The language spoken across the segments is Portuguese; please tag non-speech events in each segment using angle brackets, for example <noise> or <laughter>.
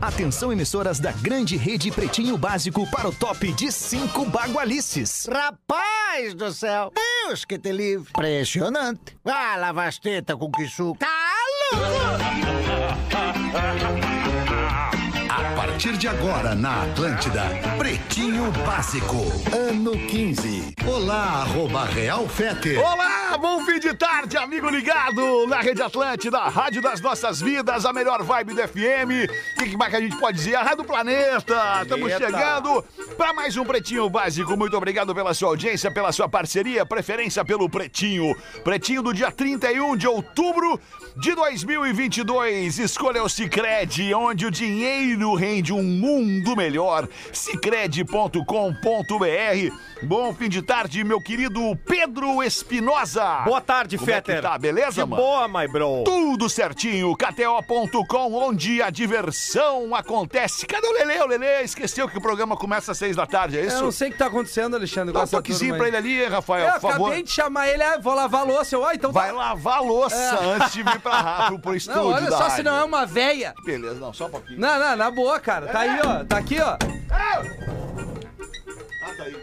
Atenção, emissoras da grande rede Pretinho Básico para o top de cinco bagualices. Rapaz do céu! Deus que te livre! Impressionante! Ah, lava as tetas com que suco! Tá A partir de agora na Atlântida, Pretinho Básico, ano 15. Olá, arroba Real Fete. Olá, bom fim de tarde, amigo ligado na Rede Atlântida, a Rádio das Nossas Vidas, a melhor vibe do FM. O que que mais que a gente pode dizer? A Rádio Planeta. Estamos chegando para mais um Pretinho Básico. Muito obrigado pela sua audiência, pela sua parceria, preferência pelo Pretinho. Pretinho do dia 31 de outubro de 2022. Escolha o Cicred, onde o dinheiro rende um mundo melhor. Cicred.com.br. Bom fim de tarde, meu querido Pedro Espinosa. Boa tarde, Como é que Fetter. tá, beleza, que mano? boa, my bro. Tudo certinho, KTO.com, onde a diversão acontece. Cadê o Lele? O Lele esqueceu que o programa começa às seis da tarde, é Eu não isso? sei o que tá acontecendo, Alexandre. com Dá um essa toquezinho pra turma aí. ele ali, Rafael, Eu por favor. acabei de chamar ele, ah, vou lavar a louça. Eu, ah, então tá- Vai lavar a louça antes de vir pra rádio, pro, pro estúdio É. <laughs> Não, olha da só se rádio. né? não é uma véia. Beleza, não, só um pouquinho. Não, não, na boa, cara. Tá aí, ó. Tá aqui, ó. Ah, tá aí.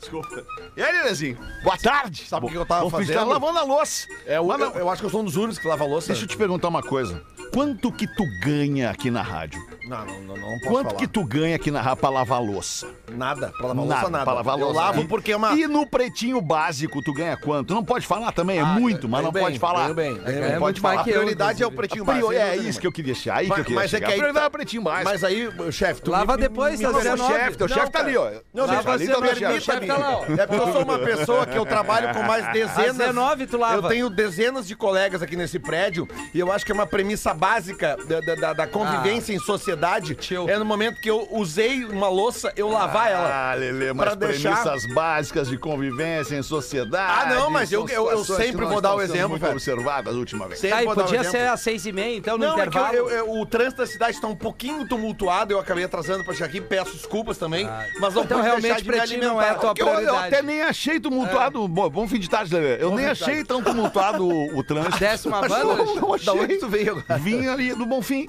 Desculpa. E aí, Lelezinho? Boa tarde. Sabe o que eu tava fazendo? lavando a louça. É, o- Lá na- eu, eu acho que eu sou um dos únicos que lava a louça. Deixa eu te perguntar uma coisa. Quanto que tu ganha aqui na rádio? Não, não, não, não posso Quanto falar. que tu ganha aqui na rádio pra lavar a louça? Nada, pra lavar a louça, nada. pra lavar a Eu louça. lavo E- porque é uma... E no pretinho básico, tu ganha quanto? Não pode falar também, é Ah, muito, mas ganho não bem, pode falar. ganho bem, É, não ganho bem. pode muito mais falar. que A prioridade é o inclusive. pretinho Prior- básico. é isso que eu queria deixar. Aí que eu Mas- queria mas é chegar. que aí A prioridade tá- é o pretinho básico. Mas aí, chefe, tu Lava me- depois, me- às me- Mas o 19. chefe, teu Não, chefe tá cara. ali, ó. Não, Deixa deixa, lava ali, você, então não deixa ali. permite, permita-me. chefe tá lá, ó. É porque eu sou uma pessoa que eu trabalho com mais dezenas. Às 19 tu lava. Eu tenho dezenas de colegas aqui nesse prédio e eu acho que é uma premissa básica da, da- da- da convivência em sociedade. Tio. É no momento que eu usei uma louça, eu lavar ela. Ah, Lelê, Pra mas deixar- premissas básicas de convivência em sociedade. Ah, não, mas eu- são eu- eu situações sempre que nós vou dar o estamos sendo exemplo, muito velho. observadas ultimamente. Sempre Tá, e vou dar um podia exemplo. ser às seis e meia, então, no Não, é que eu- intervalo. eu- eu- o trânsito da cidade está um pouquinho tumultuado, eu acabei atrasando pra chegar aqui, peço desculpas também, mas não Então, pude realmente, deixar de me pra ti não alimentar. é a tua Porque eu, eu prioridade. até nem achei tumultuado. Bom, É. bom fim de tarde, Lelê. Eu nem achei tão tumultuado o, o trânsito. Décima banda, não, não Da onde achei. tu veio agora? Vim ali do Bonfim.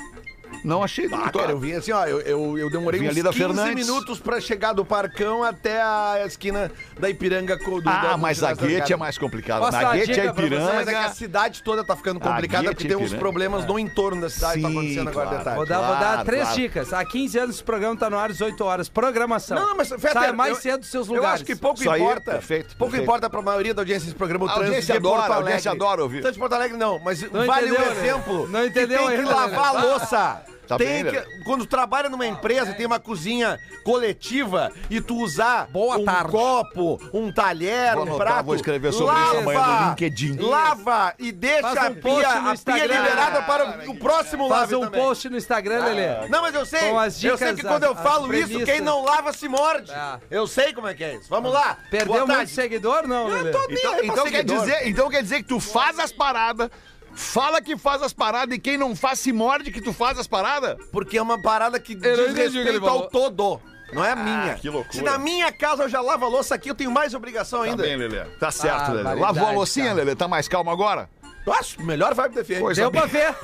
Não achei Ah, cara, eu tumultuado. vim assim, ó, eu, eu, eu demorei Vim uns ali da 15 Fernandes. minutos pra chegar do Parcão até a esquina da Ipiranga. co- Do, Ah, da- mas da- a da- Guete da- é mais complicada. Posso dar Na uma Guete é dica pra Mas você? é que a Ipiranga. cidade toda tá ficando complicada Guete, porque tem uns Ipiranga. problemas no entorno da cidade que tá Sim, acontecendo agora claro. de tarde. Vou dar, vou dar Claro, três claro. dicas. Há 15 anos esse programa tá no ar às 8 horas. Programação. Não, não, mas Fetter, Saia mais eu- cedo dos seus Eu lugares. acho que pouco Isso aí, é importa. perfeito, pouco perfeito. importa pra maioria da audiência desse programa o A trânsito audiência de Porto adora, a Alegre. audiência adora ouvir. Trânsito de Porto Alegre não, mas vale entendeu, o né? exemplo. Não que entendeu Tem que ainda, lavar a né? louça. Tá tem bem, que, né? quando trabalha numa empresa, tem uma cozinha coletiva e tu usar Boa um tarde. copo, um talher, Vou um anotar, prato. vou escrever sobre isso amanhã no LinkedIn. Lava e deixa Faz um a post pia, no a pia Instagram. liberada para o, o próximo Faz lave um também. Ah, post no Instagram, Lelê. Não, mas eu sei. Ah, Com as eu sei dicas, que quando eu as- falo as isso, quem premissas. não lava se morde. Ah. Eu sei como é que é isso. Vamos lá. Perdeu Boa muito tarde. seguidor, não, Lelê? tô- Então, Ih, é então quer perseguidor. dizer, então quer dizer que tu faz as paradas, fala que faz as paradas e quem não faz se morde que tu faz as paradas? Porque é uma parada que não diz entendi o que ele respeito falou. ao todo. Não é a minha. que loucura. Se na minha casa eu já lavo a louça aqui, eu tenho mais obrigação ainda. Lelê. Tá certo, Lelê. Barbaridade, Lavou a loucinha, cara. Lelê? Tá mais calmo agora? Eu acho melhor vibe do FM. Coisa Deu pra ver. <laughs>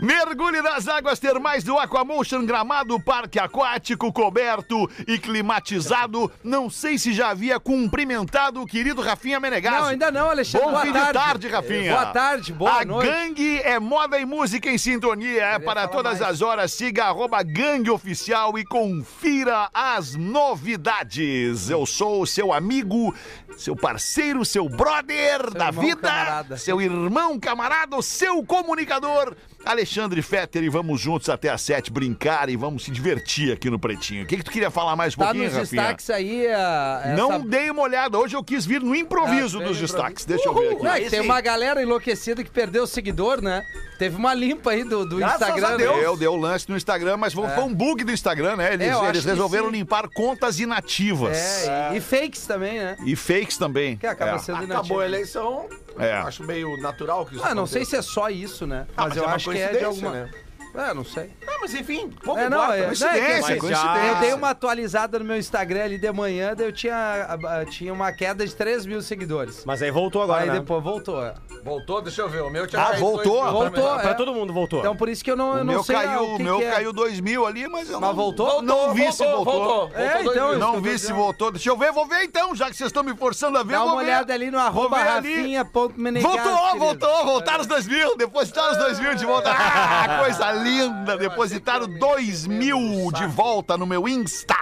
Mergulhe nas águas termais do Aquamotion Gramado, parque aquático, coberto e climatizado. Não sei se já havia cumprimentado o querido Rafinha Menegasso. Não, ainda não, Alexandre. Bom Boa fim tarde. de tarde, Rafinha. Boa tarde, boa a noite. Gangue é moda e música em sintonia. É para falar todas mais. as horas. Siga arroba Gangue Oficial e confira as novidades. Eu sou o seu amigo, seu parceiro, seu brother da irmão vida, camarada. seu irmão camarada, o seu comunicador. Alexandre Fetter e vamos juntos até às sete brincar e vamos se divertir aqui no Pretinho. O que, que tu queria falar mais um Tá pouquinho, nos Rafinha? destaques aí. a- essa- Não dei uma olhada. Hoje eu quis vir no improviso Ah, dos bem destaques. Deixa eu ver aqui. Não, é que tem uma galera enlouquecida que perdeu o seguidor, né? Teve uma limpa aí do, do Graças Instagram. a né? Deus. Eu dei o lance no Instagram, mas foi, foi um bug do Instagram, né? Eles, É, eu acho eles que resolveram sim. limpar contas inativas. É, e, e fakes também, né? E fakes também. Que acaba É. sendo Acabou inativo. a eleição. É. Acho meio natural que isso né, Ah, não sei aconteça. se é só isso, né? Ah, Mas eu uma acho que é de coincidência, alguma. né? Ah, não sei. Ah, mas enfim, pouco É, não, importa. é, não, é que Coincidência, assim, Tá. coincidência. Eu dei uma atualizada no meu Instagram ali de manhã, daí eu tinha, a- a- tinha uma queda de 3 mil seguidores. Mas aí voltou agora, Aí né? depois voltou. é. Voltou, deixa eu ver. O meu tinha Ah, caído voltou? dois mil Voltou. também. Pra, é. pra todo mundo voltou. Então por isso que eu não, eu O não meu sei ah, caiu, o o que meu que é. caiu 2 mil ali, mas eu Mas não- voltou? não, não vi se voltou. É, dois então, mil. isso que Não eu vi tô se dizendo. voltou. Deixa eu ver, vou ver então, já que vocês estão me forçando a ver. eu Dá vou uma ver. olhada ali no Vou arroba ver ali. rafinha.menegas. Voltou, querido. voltou, voltaram os 2 mil, depositaram os 2 mil de volta. Ah, coisa linda! Depositaram 2 mil de volta no meu Insta!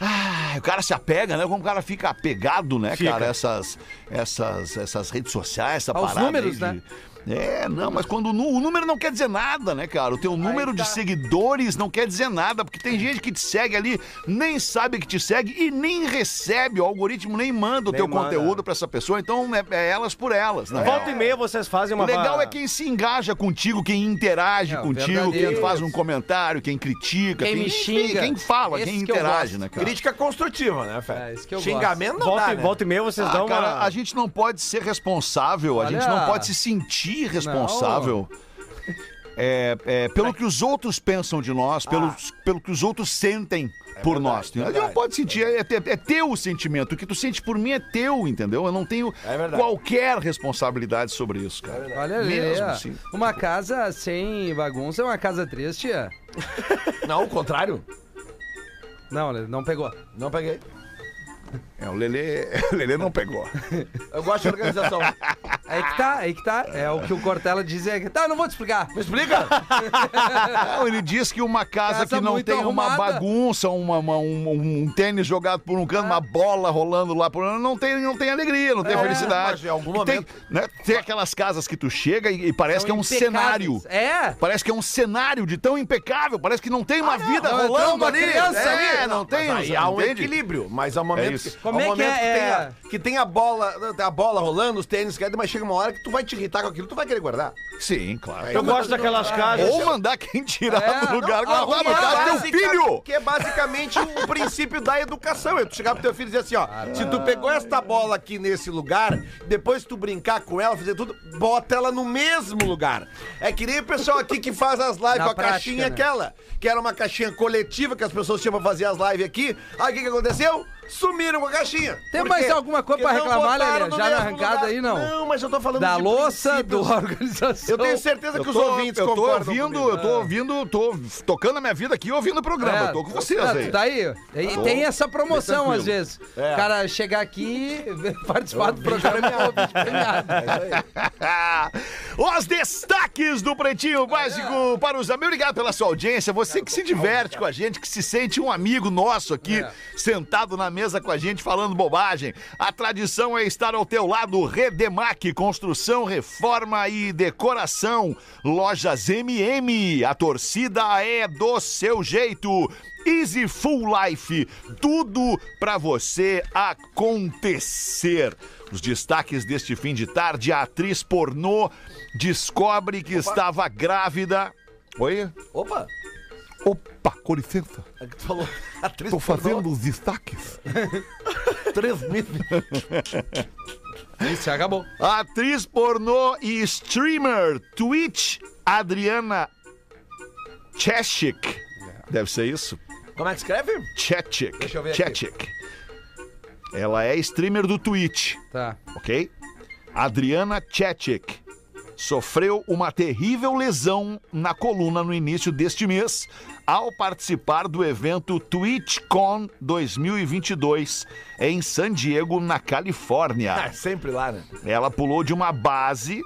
Ah, o cara se apega, né? Como o cara fica apegado, né, cara? Essas, essas, essas redes sociais, essa Aos parada. aí números, de- né? É, não, mas quando o nu- o número não quer dizer nada, né, cara? O teu número de seguidores não quer dizer nada, porque tem gente que te segue ali, nem sabe que te segue e nem recebe, o algoritmo nem manda o teu manda. conteúdo pra essa pessoa, então é, é elas por elas, né? Volta e meia vocês fazem O uma... legal é quem se engaja contigo, quem interage É, o contigo, verdadeiro. quem faz um comentário, quem critica, Quem me enfim, xinga. quem fala, Esse quem que eu interage, gosto. né, cara? Crítica construtiva, né, Fé? É, isso que eu Xingamento não Volta, dá, e- né? volta e meia vocês Ah, dão cara, uma... a gente não pode ser responsável, a Olha. gente não pode se sentir responsável. é, é, pelo que os outros pensam de nós, Ah. pelos- pelo que os outros sentem É por verdade, nós. A gente não verdade. pode sentir, é, te- é teu o sentimento. O que tu sente por mim é teu, entendeu? Eu não tenho É verdade. qualquer responsabilidade sobre isso, cara. Olha ali, Mesmo ó. assim. uma casa sem bagunça é uma casa triste. é? Não, o contrário. Não, ele não pegou. Não peguei. É, o Lelê, <laughs> o Lelê não pegou. Eu gosto de <laughs> organização. Me Aí que tá, aí que tá. É o que o Cortella dizia. que Tá, eu não vou te explicar. explica? Não, ele diz que uma casa, Casa que não muito tem uma arrumada. bagunça, uma- uma- um, um tênis jogado por um canto, Ah. uma bola rolando lá por um não tem, não tem alegria, não tem É, felicidade. mas em algum Que tem, momento- né, tem aquelas casas que tu chega e, e parece que é um cenário. Impecáveis. É. Parece que é um cenário de tão impecável, parece que não tem uma vida não, então rolando uma ali. criança é, ali. não tem, né? Mas aí há um entende? equilíbrio, mas há um É momento, isso. que, Como há um é que momento é- tem a, que tem a bola, a bola rolando, os tênis queda, mas chega uma hora que tu vai te irritar com aquilo, tu vai querer guardar. Então, Sim, claro. Então, Eu gosto daquelas caixas... Ou mandar quem tirar É, do Ah, lugar, Não, guardar que no é tá, caso teu um basica- filho. Que é basicamente <laughs> o princípio da educação. É tu chegar pro teu filho e dizer assim, ó, se tu pegou esta bola aqui nesse lugar, depois tu brincar com ela, fazer tudo, bota ela no mesmo lugar. É que nem o pessoal aqui que faz as lives Na com a prática, caixinha né? aquela, que era uma caixinha coletiva que as pessoas tinham pra fazer as lives aqui. Aí o que, que aconteceu? Sumiram com a caixinha. Tem Por mais quê? alguma coisa Porque pra não reclamar, botaram Lelê? no Já na mesmo arrancada lugar. aí, não? Não, mas eu tô falando Da de louça, princípios. da <laughs> organização. Eu tenho certeza que Eu os tô, ouvintes eu tô concordam ouvindo, comigo. Ah. eu tô ouvindo, tô tocando a minha vida aqui e ouvindo o programa. eu tô com vocês é, aí. Tá aí. E tem essa promoção, às vezes. O cara chegar aqui, <laughs> participar do programa é e ouvir de premiado. <laughs> os destaques do Pretinho Básico para os amigos. Obrigado pela sua audiência. Você que se diverte com a gente, que se sente um amigo nosso aqui, sentado na mesa com a gente, falando bobagem. A tradição é estar ao teu lado. Redemac, construção, reforma e decoração. Lojas MM, a torcida é do seu jeito. Easy Full Life, tudo pra você acontecer. Os destaques deste fim de tarde: a atriz pornô descobre que estava grávida. Oi? Opa! Opa, com licença, É que tu falou atriz tô fazendo pornô. os destaques. três meses. Isso, acabou. Atriz pornô e streamer Twitch Adriana Chechik. Deve ser isso? Como é que escreve? Chechik. Deixa eu ver aqui. Chechik. Ela é streamer do Twitch. Tá. ok? Adriana Tchetchik sofreu uma terrível lesão na coluna no início deste mês ao participar do evento TwitchCon 2022 em San Diego, na Califórnia. Ah, sempre lá, né? Ela pulou de uma base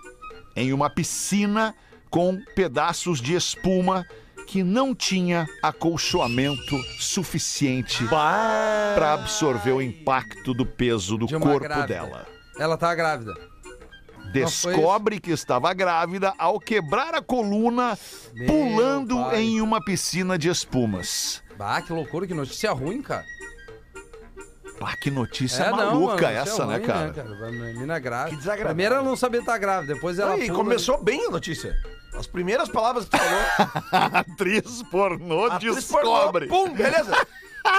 em uma piscina com pedaços de espuma que não tinha acolchoamento suficiente para absorver o impacto do peso do De uma corpo grávida. dela. Ela tá grávida. foi Descobre que estava grávida ao quebrar a coluna Meu pulando pai. em uma piscina de espumas. Bah, que loucura, que notícia ruim, cara. Pá, que notícia não, maluca mano, isso essa, é né, ruim, cara? cara? Menina é grávida. Que desagradável. Primeiro ela não sabia estar grávida, depois ela. Aí, pula- começou bem a notícia. As primeiras palavras que tu falou. <laughs> Atriz pornô atriz pornô, descobre. Pum, beleza. <laughs>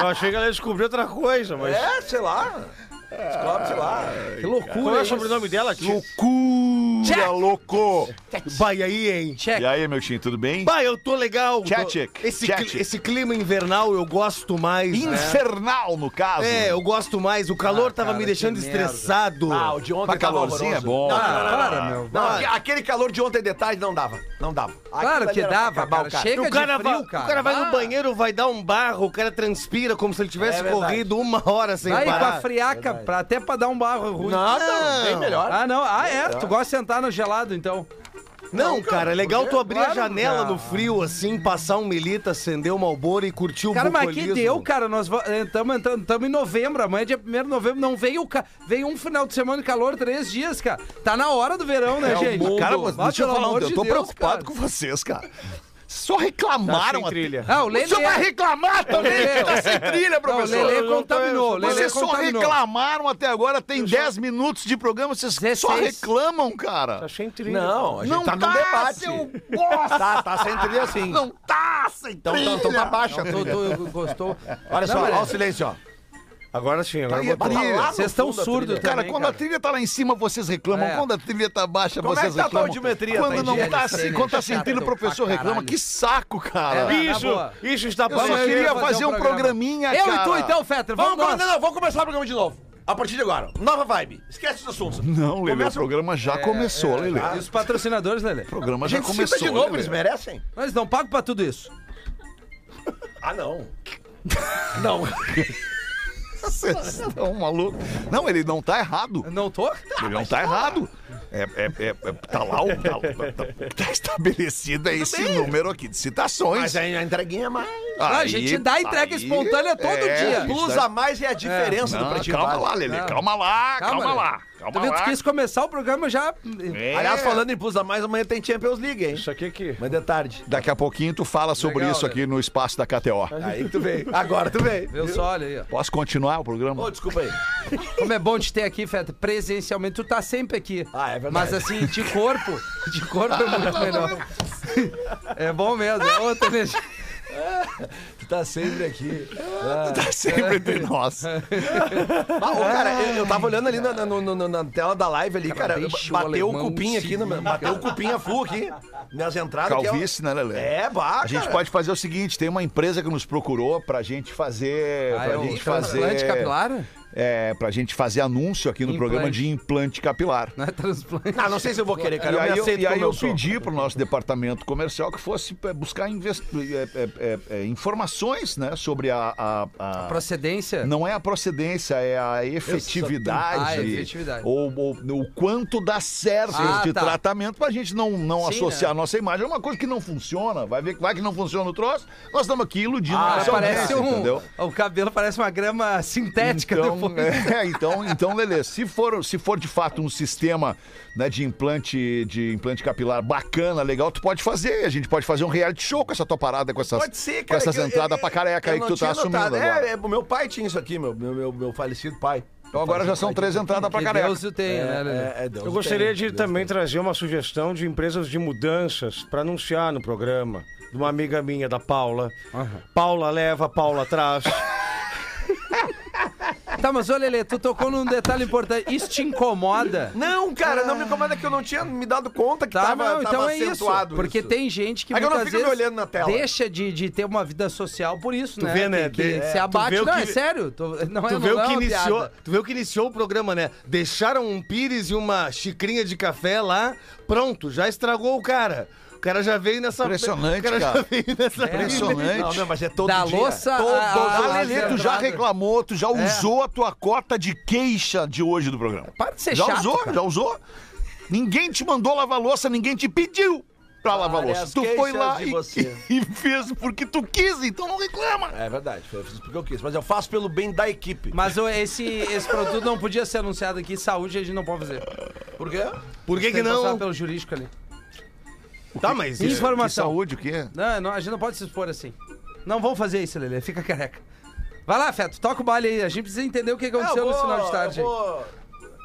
Eu achei que ela descobriu outra coisa, mas... É, sei lá. Descobre, sei lá. Que loucura. Qual é o isso? sobrenome dela? Ti- Loucura! loucura, louco! Bah, e aí, hein? E aí, meu chinho, tudo bem? Bah, eu tô legal. Tchatchik, Tô- Esse, tchatchik. cli- esse clima invernal eu gosto mais. né? Infernal, no caso. É, eu gosto mais. O calor tava cara, me que deixando merda. Ah, estressado. Ah, o de ontem Mas tava calorzinho é horroroso. bom. para, meu. Não, aque- aquele calor de ontem de tarde não dava. Não dava. Claro Aquilo que ali era tá pra dava, acabar cara. o cara. Chega o cara, de frio, vai, cara. o cara vai no Ah, É banheiro, vai dar um barro, o cara transpira como se ele tivesse corrido uma hora sem Vai com a parar. friaca, pra, até pra dar um barro ruim. Nada, bem melhor. Ah, não. Ah, é? Tu gosta de sentar no gelado, então. Não, cara, é legal tu abrir a Claro, janela cara. no frio, assim, passar um melita, acender uma albora e curtir o Cara, mas que bucolismo. deu, cara. Nós estamos entrando, estamos em novembro. Amanhã é dia 1 de novembro. Não veio, o ca- veio um final de semana de calor, três dias, cara. Tá na hora do verão, né, gente? É Cara, Mas, deixa eu pelo falar, um amor dedo, de eu tô Deus, preocupado cara. com vocês, cara. Só reclamaram. sem até- trilha. Ah, o Você Lelê. vai reclamar também, Lelê. é- que tá sem trilha, Não, o professor. Lelê contaminou. o Lelê é Vocês só contaminou. reclamaram até agora, tem 10 minutos de programa, vocês só 16. reclamam, cara. Achei incrível. Não, a gente Não tá, tá, num debate. seu Tá, tá sem trilha assim. Não tá sem Então, trilha. então, então tá baixa. a Tô- trilha. tô- Gostou? Olha só, Não, é. Tá olha mas- o silêncio, ó. Tá Agora sim, agora Aí, botou. trilha. Vocês estão surdos, Cara, também, quando a trilha tá lá em cima, vocês reclamam. É. Quando a trilha tá baixa, Como é vocês que tá a reclamam. audiometria? quando Tá em não dia, tá né? assim, quando tá sem Chato trilha, o pra professor reclama. caralho. Que saco, É, cara. na- na Isso, boa. isso está Eu só eu ia queria fazer fazer um um programa. programinha, Eu cara. e tu, então, Fetter. Vamos, Vamos, começar, nós. não, vamos começar o programa de novo. A partir de agora. Nova vibe. Esquece os assuntos. Não, Lelê, o Começa- programa já começou, Lelê. E os patrocinadores, Lelê? O programa É, A já gente começou, né, começou. cita de novo, Lelê. eles merecem? Mas não pago pra tudo isso. Ah, não. Não. <laughs> Vocês estão malucos. Não, ele não tá errado. Eu Não tô? Ah, Ele não tá errado. É, é, é- é- tá lá, o- tá, tá, tá estabelecido é esse número aqui de citações. tá Mas aí a entreguinha é mais. Ah, a gente dá entrega espontânea todo dia. a gente Plus dá- a mais é a diferença do Não, Pretinho calma Básico. lá, Lelê, Não. calma lá, calma, Lelê. Tá lá. Tu Calma viu, tu lá. quis começar o programa já... É. Aliás, falando em Plus a mais, amanhã tem Champions League, hein? Isso aqui aqui. Mas de <laughs> tarde. Daqui a pouquinho tu fala sobre Legal, Tá isso aqui no espaço da KTO. Aí que tu veio. Agora tu veio. Viu só, olha aí, ó. Posso continuar o Ô, programa? desculpa aí. Como é bom te ter aqui, Feta, presencialmente. Tu tá sempre aqui. Ah, é verdade. Mas assim, de corpo, de corpo é muito melhor. É bom mesmo, é outra energia. Tu tá sempre aqui. é. Tá sempre entre nós. Ah, ô, cara, eu, eu tava olhando ali na, na- no- no- na tela da live ali, cara. deixa o bateu o alemão cupim aqui, no, seguir, bateu o cupim a full aqui. Minhas entradas. que é- Calvície, né, Lelê? É, bah, A gente cara. pode fazer o seguinte, tem uma empresa que nos procurou pra gente fazer, Ah, pra é o gente transplante fazer, capilar? é, pra gente fazer anúncio aqui no Implante. programa de implante capilar. Não é transplante. Ah, não sei se eu vou querer, cara. E eu me aí eu, aceito e aí como eu eu sou. pedi pro nosso departamento comercial que fosse é, buscar invest- é, é, é, é, informações, né, sobre a- a- a- Procedência? Não é a procedência, é a efetividade. Ah, é a efetividade. Ou, ou- o quanto dá certo Ah, de tá. tratamento pra gente não, não Sim, associar a né? nossa imagem. É uma coisa que não funciona. Vai ver que vai que não funciona o troço. Nós estamos aqui iludindo Ah, nossa parece audiência, um, entendeu? O cabelo parece uma grama sintética Então, depois. <laughs> é, então, então, Lelê, se for, se for de fato um sistema né, de implante de implante capilar bacana, legal, tu pode fazer. A gente pode fazer um reality show com essa tua parada, com essas, Pode ser, cara. com essas que eu- entradas eu- pra careca eu aí que não tu tá tinha assumindo notado. agora. É, é, o meu pai tinha isso aqui, meu, meu, meu, meu falecido pai. Então agora já são três entradas pra Que careca. Deus o tenha, né, Lelê? É, é, Deus Eu gostaria tem, de Deus também trazer uma sugestão de empresas de mudanças para anunciar no programa. De uma amiga minha, da Paula. Paula leva, Paula traz. Tá, mas ô Lelê, tu tocou num detalhe importante. Isso te incomoda? Não, cara, não me incomoda que eu não tinha me dado conta que Ah. Tá, tava, não, então tava é isso. acentuado Porque isso. tem gente que É que eu não muitas fico me vezes olhando na tela. deixa de, de ter uma vida social por isso, né? vê, né? Que, que De- se é. abate. Tu vê o não, que- é sério. Tu, não, é- Tu não vê, é o que uma iniciou, piada. tu vê o que iniciou o programa, né? Deixaram um pires e uma xicrinha de café lá, pronto, já estragou o cara. O cara já veio nessa. Impressionante, o cara. cara. Já veio nessa Não, Impressionante. é não, mas é todo Da dia. louça Todo a- dia. a- Ah, Lelê, tu já Leonardo. reclamou, tu já É. usou a tua cota de queixa de hoje do programa. Para É de ser já chato, usou, cara. já usou. Ninguém te mandou lavar louça, ninguém te pediu pra lavar louça. Várias Tu foi queixas lá de e, você. <laughs> e fez porque tu quis, então não reclama. É verdade, eu fiz porque eu quis, mas eu faço pelo bem da equipe. Mas ô, esse, esse produto não podia ser anunciado aqui. Saúde a gente não pode fazer. Por quê? Por que, Tem que passar não? pelo jurídico ali. Tá, mas. isso- Informação. saúde, o quê? Não, não, a gente não pode se expor assim. Não vão fazer isso, Lelê. Fica careca. Vai lá, Feto, toca o baile aí. A gente precisa entender o que aconteceu Ah, no final de tarde. eu aí. vou-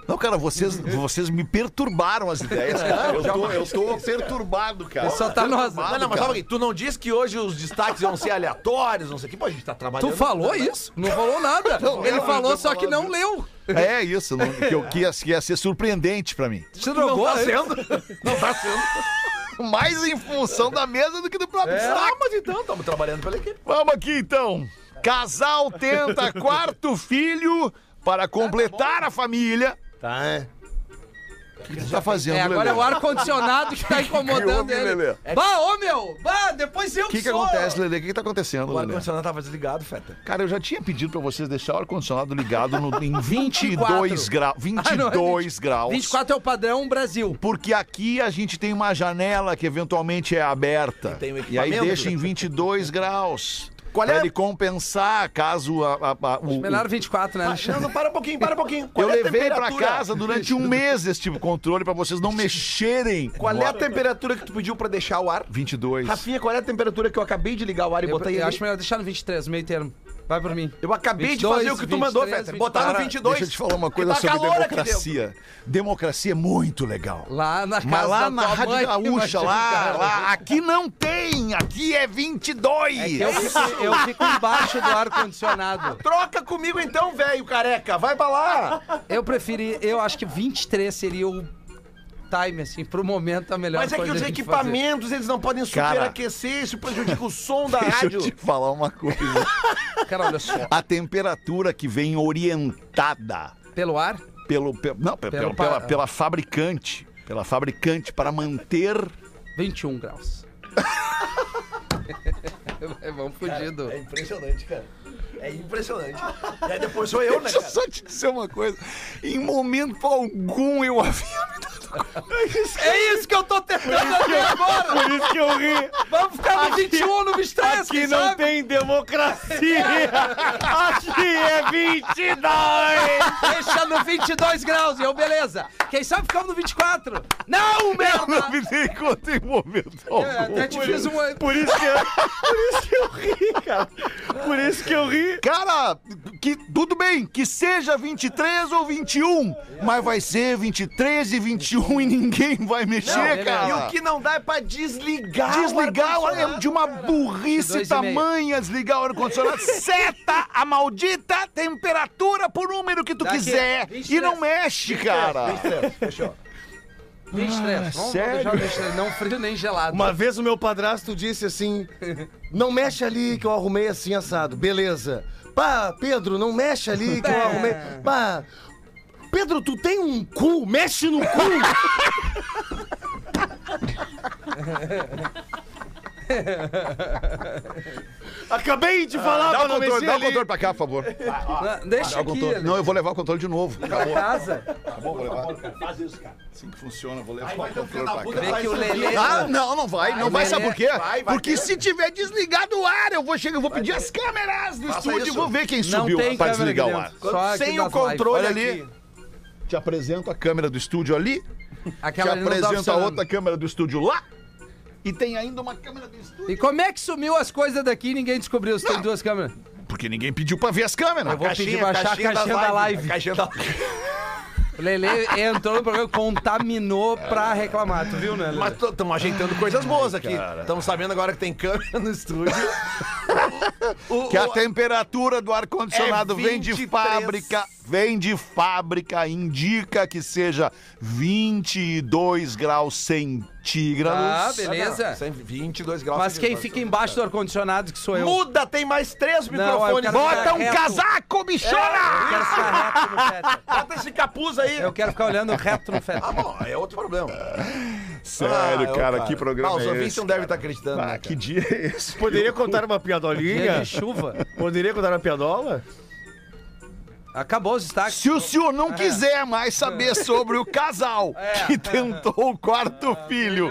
Não, cara, vocês, vocês me perturbaram as ideias. cara. Eu tô, eu tô perturbado, cara. Só tá nós. né? Não, não, mas calma aqui, tu não disse que hoje os destaques iam ser aleatórios, não sei o que, pô, a gente tá <laughs> trabalhando. Tu falou isso? Não falou nada. Ele eu falou tô só que falando. não leu. É isso, não- que, eu, que, ia, que ia ser surpreendente pra mim. Você drogou? tá hein? sendo? Não tá sendo. <laughs> Mais em função da mesa do que do É. próprio destaque. Ah, mas então, estamos trabalhando pela equipe. Vamos aqui então. Casal <laughs> tenta quarto filho para completar a família. Tá, é? O que você tá fazendo, É, agora é Lelê? o ar-condicionado que tá incomodando <laughs> Que houve, ele. Lelê? Bah, ô meu! Bah, depois eu O que, que sou. acontece, Lelê? O que, que tá acontecendo, O Lelê? ar-condicionado tava desligado, Feta. Cara, eu já tinha pedido pra vocês deixar o ar-condicionado ligado no, <laughs> em 22 graus. Ah, não, é 22 graus. 24 é o padrão Brasil. Porque aqui a gente tem uma janela que eventualmente é aberta. tem o e aí equipamento. deixa em 22 graus. Qual pra é? ele compensar caso a, a- a- o, Melhor 24, Ah, né, Alexandre? Não, não, para um pouquinho, para um pouquinho. Eu Qual é a levei pra temperatura? casa durante <laughs> um mês esse tipo de controle pra vocês não mexerem. Qual no é a ar. temperatura que tu pediu pra deixar o ar? 22. Rafinha, qual é a temperatura que eu acabei de ligar o ar e Eu, botar aí? eu acho melhor deixar no 23, meio termo. Vai por mim. Eu acabei 22, de fazer o que tu mandou, 23, Feta. Botar no 22. Deixa eu te falar uma coisa Que tá sobre calor aqui democracia. Democracia é muito legal. Lá na casa Mas lá da na tua Rádio mãe, Gaúcha, imagina, lá, cara. lá, aqui não tem, aqui é 22. É que eu fico, eu fico embaixo do ar-condicionado. Troca comigo então, velho careca. Vai pra lá. Eu preferi, eu acho que 23 seria o time, assim, pro momento a melhor Mas é que coisa os a gente equipamentos, eles não podem Cara. superaquecer. Isso prejudica o som da Deixa rádio. eu te falar uma coisa. fazer. Cara, olha só, A temperatura que vem orientada pelo ar, pelo, pe- não, pe- Pelo pelo- pa- pela, pela fabricante, pela fabricante para manter 21 <laughs> graus. Vamos fudido. É impressionante, cara. É impressionante. E aí depois sou eu, né, Deixa eu cara? só te dizer uma coisa. Em momento algum eu havia <laughs> me dado É isso que eu tô tentando até agora! Por isso que eu ri. Vamos ficar no 21, no 23, Aqui quem não sabe? <laughs> tem democracia. Aqui é 22. Deixa no 22 graus, e eu, beleza. Quem sabe ficamos no 24. Não, merda! me dei conta em momento É, até te fiz uma... Por isso que eu, por isso que eu ri, cara. Por isso que eu ri. Cara, que, tudo bem, que seja 23 ou 21, mas vai ser 23 e 21 e ninguém vai mexer, Não, cara. E o que não dá é pra desligar. Desligar o ar é ar-condicionado. de uma burrice Dois e meio. tamanha desligar o <laughs> ar-condicionado. Seta a maldita temperatura por número que tu Daqui, quiser. E 23. não mexe, cara. 23. Vamos sério? deixar o 23, não frio nem gelado. Uma vez o meu padrasto disse assim: Não mexe ali que eu arrumei assim assado. Beleza. Pá, Pedro, não mexe ali que eu arrumei. Pá, Pedro, tu tem um cu? Mexe no cu! Acabei de falar Ah, Dá pra o não controle, mexer dá o ali. controle pra cá, por favor. Na- Deixa Dá o aqui, controle. ele, Não, eu vou levar o controle de novo. pra casa. é Assim que funciona, vou levar o controle pra cá. Vê que o Lelê... Ah, não, não vai, não é, vai, Lelê. sabe por quê? Vai, vai Porque ter. se tiver desligado o ar, eu vou chegar, eu vou pedir as câmeras do estúdio e isso. vou ver quem Não subiu tem pra câmera desligar o aqui ar. dentro. Só aqui Sem o das controle Olha ali. aqui. Te apresento a câmera do estúdio ali, lives. te Aquela ali não tá apresento a funcionando. outra câmera do estúdio lá, e tem ainda uma câmera do estúdio. E como é que sumiu as coisas daqui e ninguém descobriu se tem duas câmeras? Porque ninguém pediu pra ver as câmeras. Eu vou pedir pra achar a caixinha, da live. Caixinha da live. O Lelê entrou no programa, contaminou pra reclamar, tu viu, né, Lelê? Mas estamos ajeitando coisas boas aqui. Estamos sabendo agora que tem câmera no estúdio. O- Que a o- temperatura do ar-condicionado É vem de 23. fábrica, vem de fábrica, indica que seja 22 graus Ah, centígrados. beleza. 122 graus. Mas quem fica embaixo do ar-condicionado, que sou eu. Muda, tem mais três eu microfones. quero Bota um Reto. casaco, Eu bichona! quero ficar reto no Fetter. Bota esse capuz aí. Eu quero ficar olhando reto no Fetter. Ah, bom, é outro problema. É, Sério, é Ah, eu, cara, que programa Ah, os é ouvintes esse? então, não devem estar acreditando. né, Ah, que dia é esse? Poderia contar uma piadolinha? Dia de chuva. Poderia contar uma piadola? Acabou os destaques. Se o senhor não É. quiser mais saber sobre o casal que tentou o quarto É. filho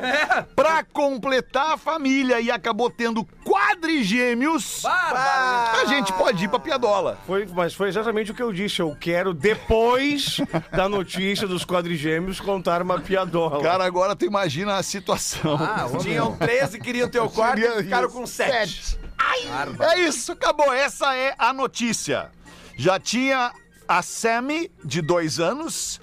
pra completar a família e acabou tendo quadrigêmeos, Bárbaro. a gente pode ir pra piadola. Foi, mas foi exatamente o que eu disse. Eu quero, depois da notícia dos quadrigêmeos, contar uma piadola. Cara, agora tu imagina a situação. Ah, ô, cara? Tinham 13, <laughs> queriam ter o quarto e ficaram com 7. É isso, acabou. Essa é a notícia. Já tinha a Sammy, de dois anos,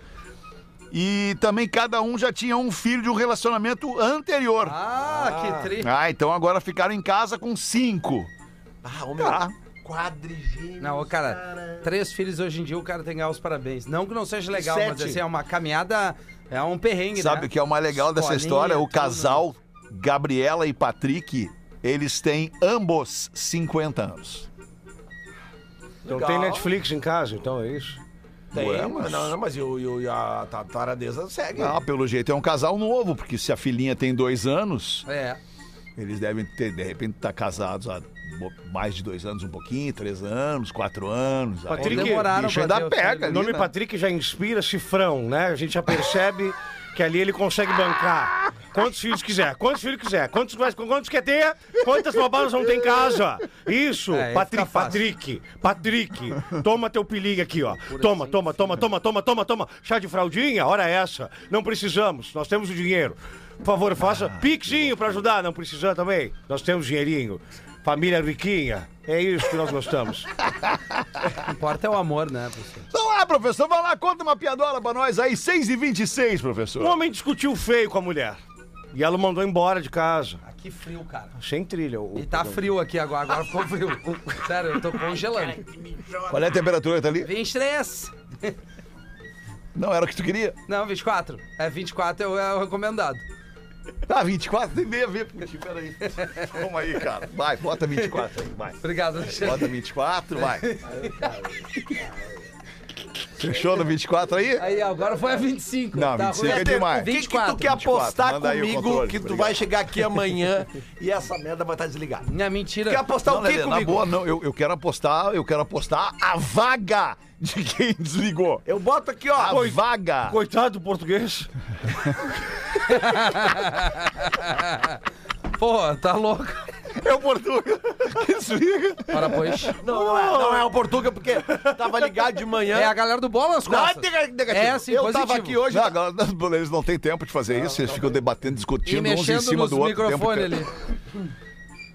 e também cada um já tinha um filho de um relacionamento anterior. Ah, Ah, que triste. então agora ficaram em casa com cinco. Ah, homem. Tá. Quadrigêmeos. Não, ô, cara, três filhos hoje em dia, o cara tem que dar os parabéns. Não que não seja legal, mas Sete. assim, é uma caminhada, é um perrengue, Sabe o que é o mais legal dessa história? né? O casal Gabriela e Patrick, eles têm ambos 50 anos. Então Legal. tem Netflix em casa, então é isso. Tem, Ué, mas... mas- Não, não, mas e o- e o- e a tataradeza segue. Não, pelo jeito é um casal novo, porque se a filhinha tem dois anos, É. eles devem ter, de repente, estar casados há bo- mais de dois anos, um pouquinho, três anos, quatro anos. Aí Patrick, o demoraram bicho pra ter ainda o pega filho. O ali, nome né? Patrick já inspira cifrão, né? A gente já percebe que ali ele consegue bancar. Quantos filhos quiser, quantos filhos quiser, quantos, mais- quantos quer ter, quantas bobadas não tem em casa. Isso, É, aí Patrick, fica fácil. Patrick, Patrick, toma teu peligue aqui, ó. Toma, toma, toma, toma, toma, toma, toma. Chá de fraldinha, hora é essa. Não precisamos, nós temos o dinheiro. Por favor, faça pixinho pra ajudar, não precisa também. Nós temos dinheirinho. Família riquinha, é isso que nós gostamos. O que importa é o amor, né, professor? Então lá, professor, vai lá, conta uma piadola pra nós aí, 6 e 26 professor. Um homem discutiu feio com a mulher. E ela o mandou embora de casa. Aqui frio, cara. Sem trilha. O... E tá frio aqui agora, agora ficou frio. Sério, eu tô congelando. Qual é a temperatura que tá ali? 23! Não era o que tu queria? Não, 24. É, 24 é o, é o recomendado. Ah, 24, tem meia a ver contigo, peraí. Vamos aí, cara. Vai, bota 24 aí, vai. Obrigado, Alexandre. Bota 24, vai. Fechou no 24 aí? Aí, agora foi a 25. Não, Tá 25 ruim. é demais. O que, que tu 24, quer 24, apostar manda aí o comigo controle, que tu obrigado. vai chegar <laughs> aqui amanhã e essa merda vai estar desligada? Minha mentira. Quer apostar Não, o quê Lelê, comigo? na boa, não. Eu, eu quero apostar, eu quero apostar a vaga de quem desligou. Eu boto aqui, ó. A vaga. Coitado do português. Pô, tá louco. É o <laughs> Portuga. Que desliga. Para, pois. Não, não é, não é o Portuga, porque tava ligado de manhã. assim, É a galera do bola nas Não, costas. nega- negativo. É, sim, Eu positivo. tava aqui hoje. Não, agora, não, eles tá- não têm tempo de fazer isso, eles ficam debatendo, E discutindo uns em mexendo cima nos do outro. o tempo microfones inteiro. ali.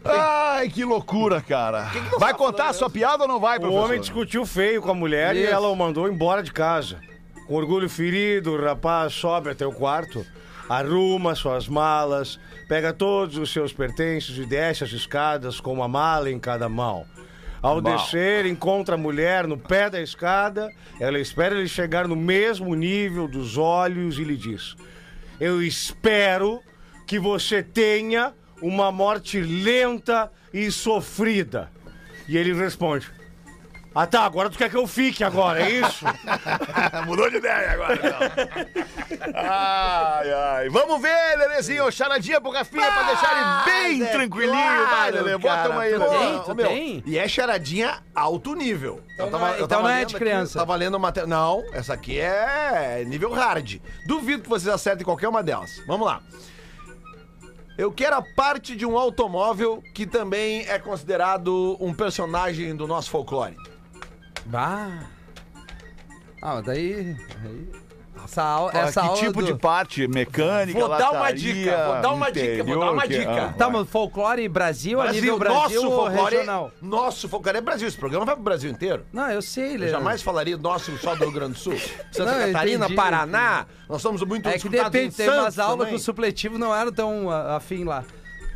Ai, que loucura, cara. vai contar a sua piada ou não vai, O professor? Um homem discutiu feio com a mulher e Isso. ela o mandou embora de casa. Com orgulho ferido, o rapaz sobe até o quarto, arruma suas malas, pega todos os seus pertences e desce as escadas com uma mala em cada mão. Ao descer, encontra a mulher no pé da escada. Ela espera ele chegar no mesmo nível dos olhos e lhe diz: Eu espero que você tenha uma morte lenta e sofrida. E ele responde: ah tá, agora tu quer que eu fique agora, é isso? Mudou de ideia agora. então. ai, ai. Vamos ver, Lelezinho. Charadinha pro Rafinha pra deixar ele bem é tranquilinho. claro, vai, Lele. Bota cara, uma aí, tu Lelê. tem? Tu Ô, meu, tem? E é charadinha alto nível. Então não é- então não é de lendo aqui, criança. Tava lendo uma. te- Não, essa aqui é nível hard. Duvido que vocês acertem qualquer uma delas. Vamos lá. Eu quero a parte de um automóvel que também é considerado um personagem do nosso folclore. Bah. Ah, mas daí. aí- Essa, au- Ah, essa aula. que tipo do... de parte? Mecânica, Vou dar uma lataria, dica, vou dar uma dica, vou dar uma interior, que- dica. ah, Tá, vai. mas folclore Brasil, a nível Brasil nosso ou folclore. é regional? Nosso folclore é Brasil. Esse programa vai pro Brasil inteiro. Não, eu sei, Leandro. Eu jamais falaria nosso só do Rio Grande do <laughs> Sul. Santa Não, eu Catarina, entendi. Paraná, nós somos muito É que escutados depende, em tem umas Santos aulas também. que o supletivo não era tão a- afim lá.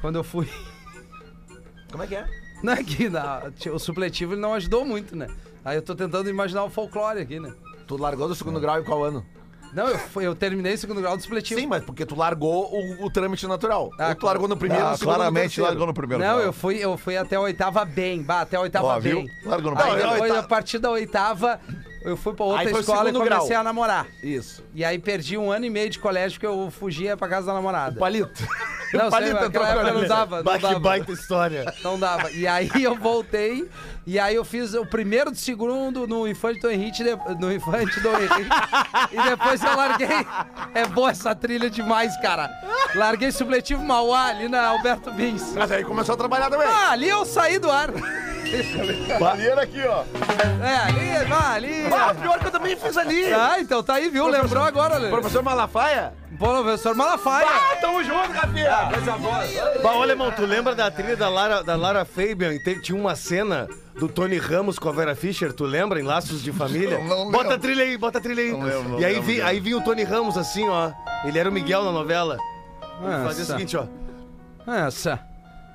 Quando eu fui. <laughs> Como é que é? Não é que na- o supletivo ele não ajudou muito, né? Aí eu tô tentando imaginar o folclore aqui, né? Tu largou do segundo grau em qual ano? Não, eu, fui- eu terminei o segundo grau do supletivo. Sim, mas porque tu largou o, o trâmite natural. Ah, Ou tu largou no primeiro, Ah, no segundo, claramente no largou no terceiro. primeiro. Não, grau. eu fui, eu fui até a oitava bem, bah, até a oitava Ó, viu? bem. Largou no Aí primeiro. Não, depois, oita- a partir da oitava, eu fui pra outra Aí foi o escola e segundo comecei grau. a namorar. Isso. E aí perdi um ano e meio de colégio porque eu fugia pra casa da namorada. Palito. Não, o <laughs> palito sei, entrou naquela época agora não mesmo. dava, não Bah, que dava. baita história. Não dava. E aí eu voltei, e aí eu fiz o primeiro do segundo no Infante do Henrique, de- no Infante do Henrique. e depois eu larguei. É boa essa trilha demais, cara. Larguei supletivo Mauá ali na Alberto Bins. Mas aí começou a trabalhar também. Ah, ali eu saí <laughs> do ar. Barreira aqui, ó. É, ali, vá, ali. Ah, pior que eu também fiz ali. Ah, então tá aí, viu? Lembrou agora, Lê. Professor Malafaia? Ah, Bom, professor Malafaia. tamo junto, Rafinha. Coisa boa. Bah, ô, Alemão, tu lembra da trilha da Lara, da Lara Fabian? Teve, tinha uma cena do Tony Ramos com a Vera Fischer, tu lembra? Em Laços de Família? Não, não bota lembro. a trilha aí, bota a trilha aí. Não lembro, não e aí, lembro, vi- cara. aí vinha o Tony Ramos assim, ó. Ele era o Miguel na novela. Ele fazia o Essa, seguinte, ó. essa,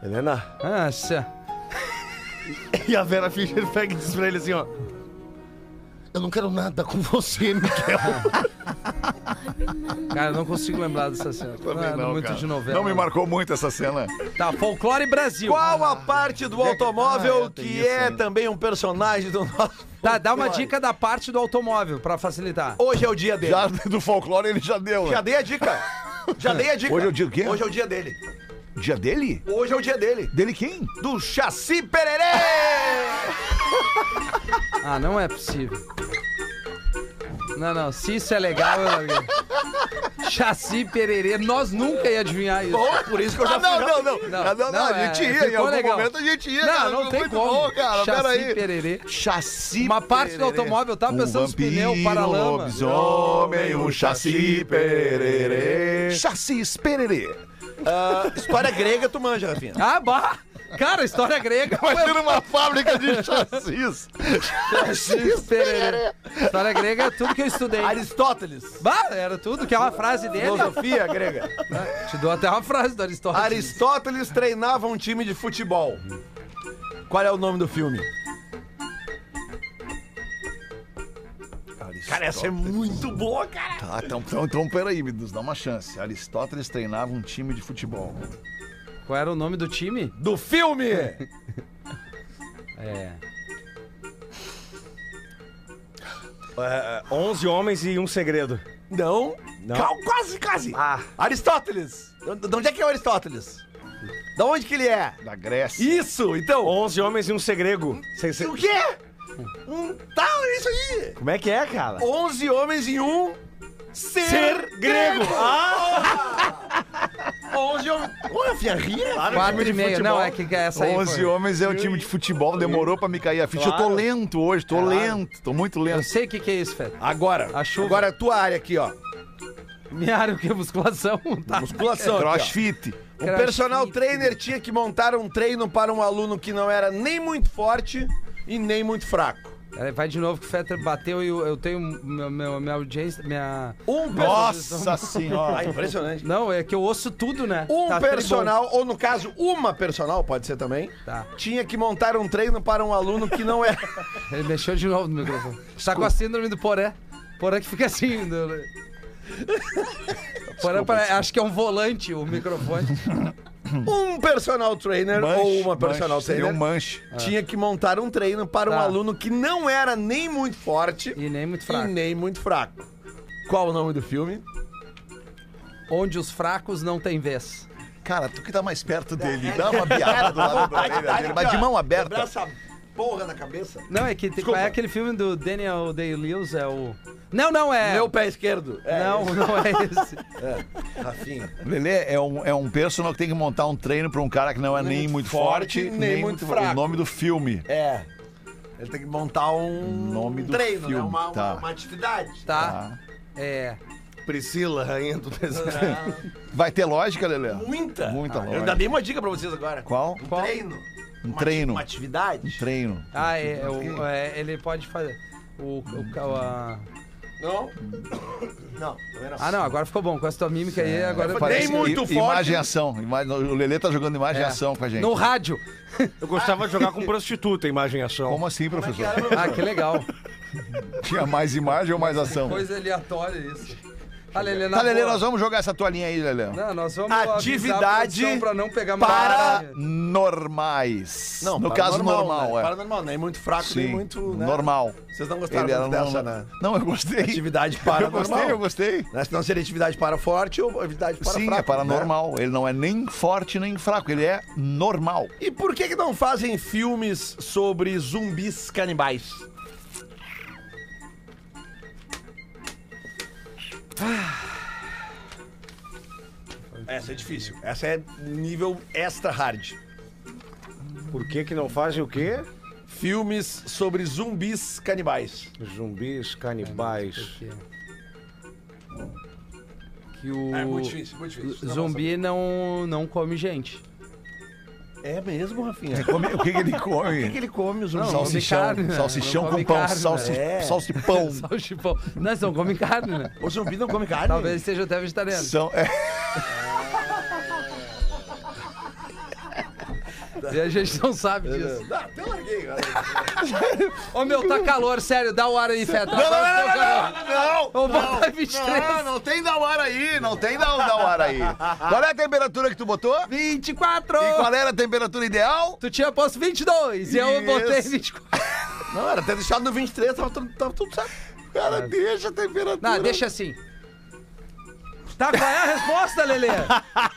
Helena, essa. <laughs> E a Vera Fischer pega e diz pra ele assim, ó. Eu não quero nada com você, Miguel. Cara, eu não consigo lembrar dessa cena. Não, Também é não, muito cara. de novela. Não me marcou muito essa cena. Tá, Folclore Brasil. Qual a parte do automóvel Ah, é, tem que isso é ainda. também um personagem do nosso. Tá, dá uma folclore? dica da parte do automóvel pra facilitar. Hoje é o dia dele. Já Já, do folclore ele já deu. né? dei a dica. Já dei a dica. Hoje é o dia do quê? Hoje é o dia dele. Dia dele? Hoje é o dia dele. Dele quem? Do Chassi Pererê! Ah, não é possível. Não, não, se isso é legal, eu larguei. Chassi Pererê, nós nunca ia adivinhar isso. Bom, por isso que eu já Ah, não, fui- não, não, Não, Ah, não, não, não, a gente é, ia, em ficou algum legal. momento a gente ia. Não, cara, não foi tem muito como. Bom, cara, Chassi peraí. Pererê. Chassi Uma parte do automóvel, eu tava pensando nos pneus, paralama. Um lobisomem, um chassi pererê. Chassis pererê. Ah, história grega tu manja, Rafinha. Ah, bah! Cara, história <laughs> grega. Vai ué, ter uma fábrica de <laughs> chassis. Chassi Pererê. História grega é tudo que eu estudei. Ah, Aristóteles. Bah, era tudo que é uma frase dele. Filosofia grega. Te dou até uma frase do Aristóteles. Aristóteles treinava um time de futebol. Qual é o nome do filme? Cara, essa é muito boa, cara. Tá, então, então, então peraí, me nos dá uma chance. Aristóteles treinava um time de futebol. Qual era o nome do time? Do filme! É. 11 É, homens e um segredo. Não. Ah. Cal- quase, quase. Aristóteles. De de onde é que é o Aristóteles? Da onde que ele é? Da Grécia. Isso, então. 11 homens e um segredo. O quê? Um tal, é isso aí. Como é que é, cara? 11 homens em um ser, grego. <laughs> Ah! 11 homens. Ô, Rafinha, ri, né? Quatro e meia. Não, é que essa aí. 11 foi. homens é o time de futebol, demorou pra me cair a ficha. Eu tô lento hoje, tô lento, tô muito Eu lento. sei o que, que é isso, Fed. Agora, A chuva. agora a tua área aqui, ó. Minha <laughs> área é o que? Musculação? Tá. Musculação. Aqui, Crossfit. ó. O personal trainer tinha que montar um treino para um aluno que não era nem muito forte e nem muito fraco. Peraí, Vai de novo que o Fetter bateu e eu, eu tenho meu, meu- minha audiência. Minha. Um <laughs> Ah, Nossa senhora. Impressionante. Não, é que eu ouço tudo, né? Um Tá personal, ou no caso, uma personal, pode ser também, Tá. tinha que montar um treino para um aluno que não era. tudo bom. Ele mexeu de novo no microfone. Tá com a síndrome do Poré. Poré que fica assim. <laughs> do- Poré, pare- acho que é um volante o microfone. Um personal trainer ou uma personal manche, trainer Ah. Deu um manche. tinha que montar um treino para um Tá. aluno que não era nem muito forte E nem muito e fraco. nem muito fraco. Qual o nome do filme? Onde os fracos não têm vez. Cara, tu que tá mais perto dele, dá uma piada do lado da orelha dele, mas de mão aberta. Essa porra na cabeça. Não, é que tem- é aquele filme do Daniel Day-Lewis, é o. Não, não é. Meu pé esquerdo. É, Não, não é <laughs> esse. esse, Rafinha. Lelê é um, é um personal que tem que montar um treino pra um cara que não é nem, muito forte, nem, muito fraco. O nome do filme. É. Ele tem que montar um Nome do treino, né? filme, Uma, uma- tá. uma atividade. Tá. É. Priscila, rainha do deserto. Vai ter lógica, Lelê? <laughs> Muita. Ah, Muita Eu ainda lógica. dei uma dica pra vocês agora. Qual? Um Qual? treino. Um Uma- treino. Uma atividade. Um treino. Ah, é, é o- é, ele pode fazer. O, o, o- a- Não. Não, não era Ah, não, agora ficou bom. Com essa tua mímica aí, agora Nem Parece- muito i- forte. Imagem e ação. Imagem- o Lelê tá jogando imagem e É. ação com a gente. No rádio. Eu gostava de jogar com prostituta, imagem e ação. Como assim, professor? Ah, que legal. <laughs> Tinha mais imagem ou mais ação? Coisa aleatória isso. Tá, Lelê, na Tá, Lelê, boa. nós vamos jogar essa toalhinha aí, Lelê. Não, nós vamos avisar a Atividade produção pra não pegar para- mal. Normais. Não, no para caso normal, né? é. Paranormal, nem muito fraco, nem Sim, muito. né? normal. Vocês não gostaram Ele era muito dessa, normal. né? Não, eu gostei. <laughs> Atividade paranormal. Eu gostei, eu gostei. Né? Senão seria atividade para forte ou atividade para Sim, fraco. né? é paranormal. Ele não é nem forte nem fraco, ele é normal. né? E por que, que não fazem filmes sobre zumbis canibais? Ah. Essa é difícil. Essa é nível extra hard. Por que que não fazem o quê? Filmes sobre zumbis canibais. Zumbis, canibais. Que o É, muito Tá zumbi não, não come gente. <laughs> É mesmo, Rafinha? <laughs> Come- o que, que ele O que come? ele come os zumbis? Não, não. salsichão. come carne, né? salsichão Não com come pão. carne, salsi, né? É. <laughs> Salsipão. Só o chipão. Não, eles não comem carne, né? O zumbi não come carne? Talvez seja até é. vegetariano. São, é. E a gente não sabe disso. Não, até larguei, <laughs> Ô meu, tá calor, sério, dá o ar aí, Feta. Não, Não, Vamos botar não, 23. não tem da hora aí, não tem da, da hora aí. Qual é a temperatura que tu botou? E 24! qual era a temperatura ideal? Tu tinha posto 22 e eu Isso. botei 24. Não, era até deixado no 23, tava, tudo- tava tudo certo. Cara, deixa a temperatura. Não, deixa assim. Tá, qual é a resposta, Lelê?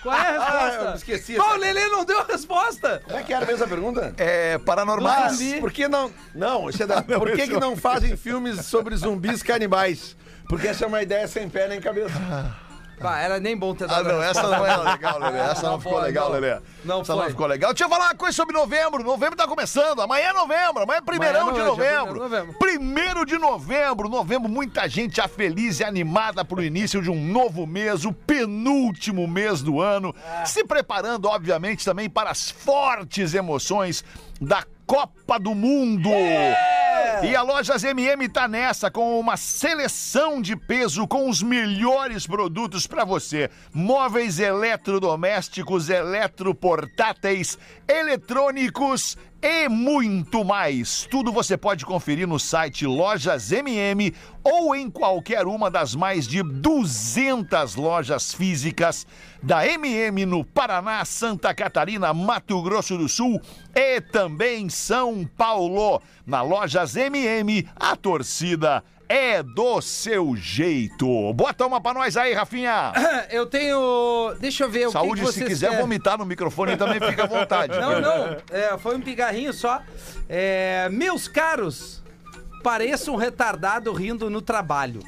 Qual é <laughs> a Ah, eu resposta? esqueci. Pô, o Lelê não deu a resposta. Como é que era mesmo a pergunta? É paranormal. Zumbi. Por que não. Não, isso é da- por que, que não fazem filmes sobre zumbis canibais? Porque essa é uma ideia sem pé nem cabeça. Pá, era nem bom ter Ah, dado a não, essa resposta. não era legal, Lelê. Essa não, Não ficou foi, legal, não. Lelê. Não essa não foi. ficou legal. Deixa eu falar uma coisa sobre novembro. Novembro tá começando. Amanhã é novembro. Amanhã é primeirão Amanhã é de novembro, novembro. é primeiro de novembro. Primeiro de novembro. Novembro, muita gente já feliz e animada pro início de um novo mês, o penúltimo mês do ano. É. Se preparando, obviamente, também para as fortes emoções da Copa do Mundo. É. E a Lojas MM tá nessa com uma seleção de peso com os melhores produtos para você. Móveis eletrodomésticos, eletroportáteis, eletrônicos e muito mais. Tudo você pode conferir no site Lojas MM ou em qualquer uma das mais de 200 lojas físicas da MM no Paraná, Santa Catarina, Mato Grosso do Sul e também em São Paulo. Na Lojas MM, a torcida é do seu jeito. Bota uma pra nós aí, Rafinha. Eu tenho. Deixa eu ver <laughs> o que Saúde, que se vocês quiser querem. vomitar no microfone também fica à vontade. Não, não. É, foi um pigarrinho só. É, meus caros, pareço um retardado rindo no trabalho.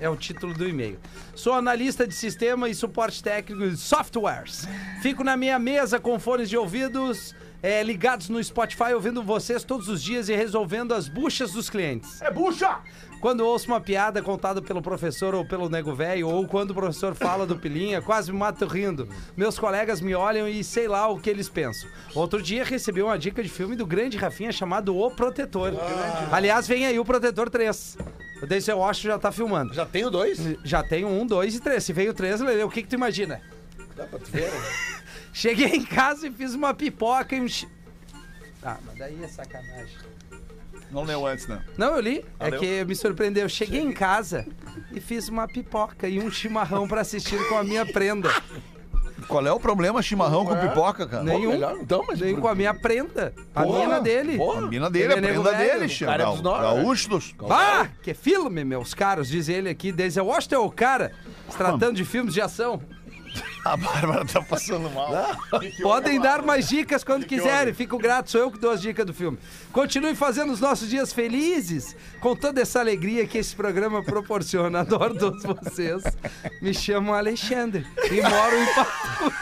É o título do e-mail. Sou analista de sistema e suporte técnico de softwares. Fico na minha mesa com fones de ouvidos é, ligados no Spotify, ouvindo vocês todos os dias e resolvendo as buchas dos clientes. É bucha! Quando ouço uma piada contada pelo professor ou pelo nego velho, ou quando o professor fala do pilinha, quase me mato rindo. Meus colegas me olham e sei lá o que eles pensam. Outro dia recebi uma dica de filme do grande Rafinha chamado O Protetor. Aliás, vem aí o Protetor 3. O Denzel Washington já tá filmando. Já tem o dois? Já tem um, dois e três. Se veio três, Lelê, o que, que tu imagina? <laughs> Cheguei em casa e fiz uma pipoca e um. chi- Ah, mas daí é sacanagem. Não leu antes, não. Ah, Não, eu li. É que me surpreendeu. Cheguei em casa e fiz uma pipoca e um chimarrão pra assistir com a minha <laughs> prenda. Tá Qual é o problema chimarrão com é? pipoca, cara? Nenhum. melhor então, mas Nem por- com a minha prenda. A Porra, mina dele. porra. A mina dele, a Ele é nego prenda velho. dele, Cara Xandão. Ah, dos nove. Gaúcho dos... Bah, que filme, meus caros, diz ele aqui. Desde Washington é o cara, se tratando de filmes de ação. A Bárbara tá passando mal. Podem dar mais dicas quando quiserem. Fico grato, sou eu que dou as dicas do filme. Continue fazendo os nossos dias felizes com toda essa alegria que esse programa proporciona. <laughs> Adoro todos vocês. Me chamo Alexandre e moro em <laughs> Pato.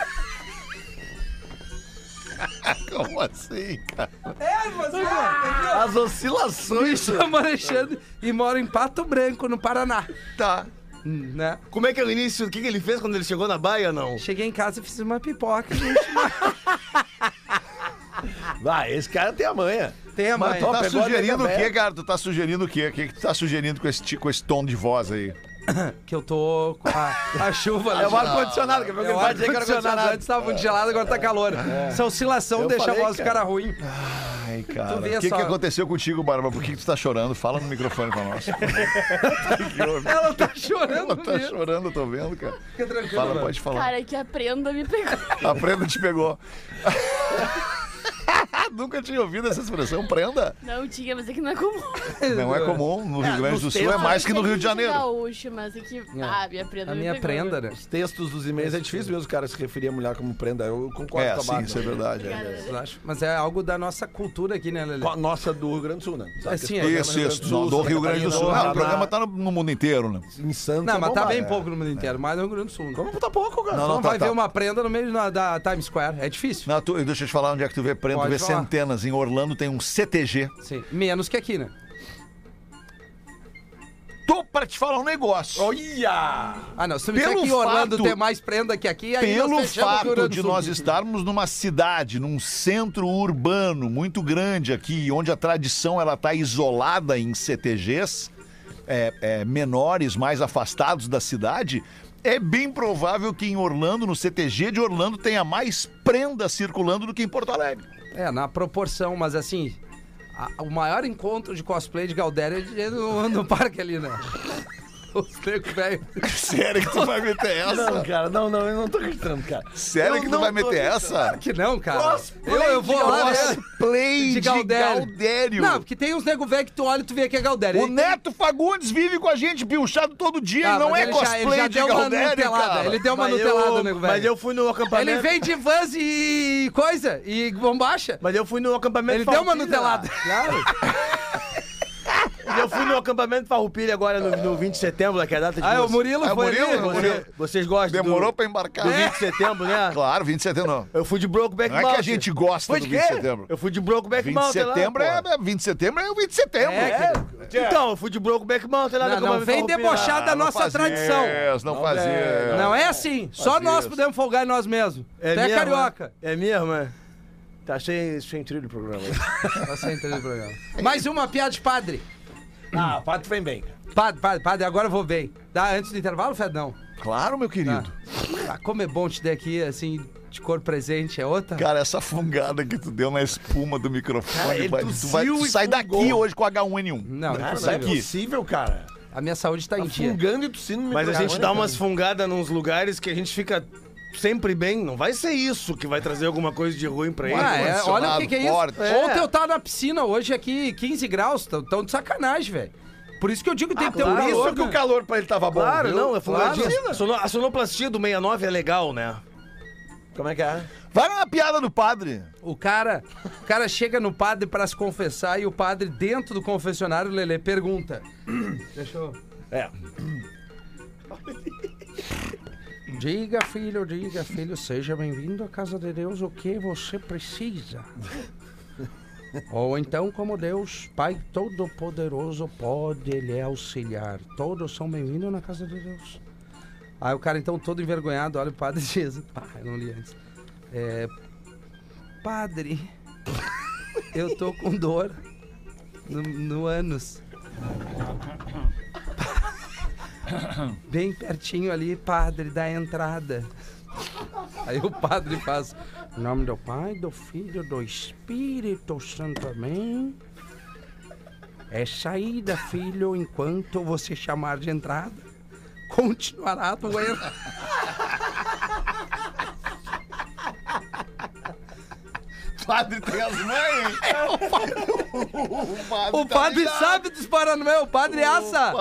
Como assim, cara? É, você entendeu? As Me oscilações. chamo Alexandre e moro em Pato Branco, no Paraná. Tá. Hum, Né? Como é que é o início? O que, que ele fez quando ele chegou na baia, não? Cheguei em casa e fiz uma pipoca. <laughs> Vai, esse cara tem a manha. Tem a mãe. Ó, Tá pegou a sugerindo o nega quê, velha. cara? Tu tá sugerindo o quê? O que, que tu tá sugerindo com esse, ti- com esse tom de voz aí? Que eu tô com a, a chuva. É o né? ar-condicionado, que eu É o vai dizer que era ar-condicionado. ar-condicionado. É. Antes tava muito gelado, agora tá calor. Essa oscilação Eu deixa falei, a voz do cara. cara ruim. Ai, cara. Tu O vê que, que só. aconteceu contigo, Bárbara? Por que, que tu tá chorando? Fala no microfone pra nós. <laughs> Ela tá chorando. Ela tá mesmo. chorando, eu tô vendo, cara. Fica tranquilo. Fala, mano. pode falar. Cara, que aprenda me pegou. A prenda te pegou. <laughs> Nunca tinha ouvido essa expressão, prenda. Não tinha, mas é que não é comum. Não é comum. No Rio Grande do Sul é mais que no Rio de Janeiro. gaúcho, mas é que. Ah, minha prenda A me minha pegou. prenda, né? Os textos dos e-mails é difícil mesmo o cara se referir a mulher como prenda. Eu concordo É, com a sim, Bárbara. isso é verdade. é. Obrigada. Eu acho. Mas é algo da nossa cultura aqui, né, Lelê? Com a Nossa do Rio Grande do Sul, né? Sabe que Assim, é. Isso, isso. Do, do Rio Grande do Sul. Ah, o programa tá no, no mundo inteiro, né? Em Santos. Não, é mas tá bombado. bem pouco no mundo inteiro, mais no Rio Grande do Sul. né? Como tá pouco, cara? Não, Não, É. não, tá, vai tá. ver uma prenda no meio da, da Times Square. É difícil. Não, tu- deixa eu te falar onde é que tu vê prenda. Tu Pode vê falar. centenas. Em Orlando tem um CTG. Sim. Menos que aqui, né? Tô pra te falar um negócio. Olha! Ah, não. Se tu me disser Pelo que em Orlando fato- tem mais prenda que aqui, aí É, nós Pelo fechamos o Rio fato Grande do de Sul. nós estarmos numa cidade, num centro urbano muito grande aqui, onde a tradição ela tá isolada em CTGs é, é, menores, mais afastados da cidade, é bem <laughs> provável que em Orlando, no CTG de Orlando, tenha mais prenda circulando do que em Porto Alegre. É, na proporção, mas assim. a- o maior encontro de cosplay de Galdéria é no, no parque ali, né? <laughs> Os nego velho. Sério que tu vai meter essa? Não, cara, não, não, eu não tô acreditando, cara. Sério Eu que tu não vai tô meter essa? Que não, cara. Cosplay eu, eu vou lá, né? Cosplay de Galdério. Não, porque tem uns nego velho que tu olha e tu vê que é Galdério. Ah, O Neto Fagundes vive com a gente pilchado todo dia Tá, e não é cosplay de Galdério, cara. Ele deu uma Mas nutelada, eu- nego velho. Mas eu fui no acampamento. Ele vem de vans e coisa, e bombacha. Mas eu fui no acampamento Ele deu uma Farroupilha. <laughs> nutelada. Claro. Eu fui no acampamento Farroupilha agora no, no 20 de setembro, que é a data de Ah, o vocês. Murilo Ah, o foi ali. Murilo? Você- Vocês gostam é Demorou do, pra embarcar. É. do 20 de setembro, né? Claro, 20 de setembro não. Eu fui de Brokeback Não é Mountain. que a gente gosta Foi do de 20 de quê? setembro. Eu fui de Brokeback 20 de Mountain lá, setembro porra. é 20 de setembro é o 20 de setembro. É, querido. Então, eu fui de Brokeback Mountain lá no Não, não acampamento vem Farroupilha. debochar da nossa faz tradição. Ah, Isso, não faz isso. Não é assim. Só Faz nós isso. podemos folgar em nós mesmos. É tu é mesmo, carioca. É É mesmo, é? Tá sem, sem trilho o programa. Tá sem entender o programa. Mais uma piada de padre. ah, o Pato vem bem. Padre, padre, padre, agora eu vou bem. Dá antes do intervalo, Fed? Não. é. Claro, meu querido. Ah, como é bom te ter aqui, assim, de cor presente, é outra? Cara, essa fungada que tu deu na espuma do microfone, vai- tu, vai, tossiu tu e sai fungou. daqui hoje com H1N1. Não, não Sai é possível. daqui. Ah, Possível, cara. A minha saúde tá em dia. Fungando e tossindo no Mas a microfone, gente dá cara. umas fungadas nos lugares que a gente fica sempre bem. Não vai ser isso que vai trazer alguma coisa de ruim pra ele. Ah, é, olha o que, que é isso. forte. Ontem eu tava na piscina, hoje aqui 15 graus, tão, tão de sacanagem, velho. Por isso que eu digo que tem que ter um Por calor, isso que né? o calor pra ele tava bom. Claro, viu? não, é fungadinha. Sono- A sonoplastia do 69 é legal, né? Como é que é? Vai numa piada do padre. O cara, o cara chega no padre pra se confessar e o padre dentro do confessionário Lelê pergunta. Deixa eu. É. Diga, filho, diga, filho, seja bem-vindo à casa de Deus, o que você precisa? Ou então, como Deus, Pai Todo-Poderoso, pode lhe auxiliar. Todos são bem-vindos na casa de Deus. Aí o cara, então, todo envergonhado, olha o padre e diz: Ah, eu não li antes. É, Padre, eu tô com dor no, no ânus. Bem pertinho ali, padre, da entrada. Aí o padre faz: Em nome do Pai, do Filho, do Espírito Santo, amém. É saída, filho, enquanto você chamar de entrada, continuará doendo. Padre tem as <laughs> mães. <laughs> o padre, É, tá O padre sabe disparar no meu, o padre assa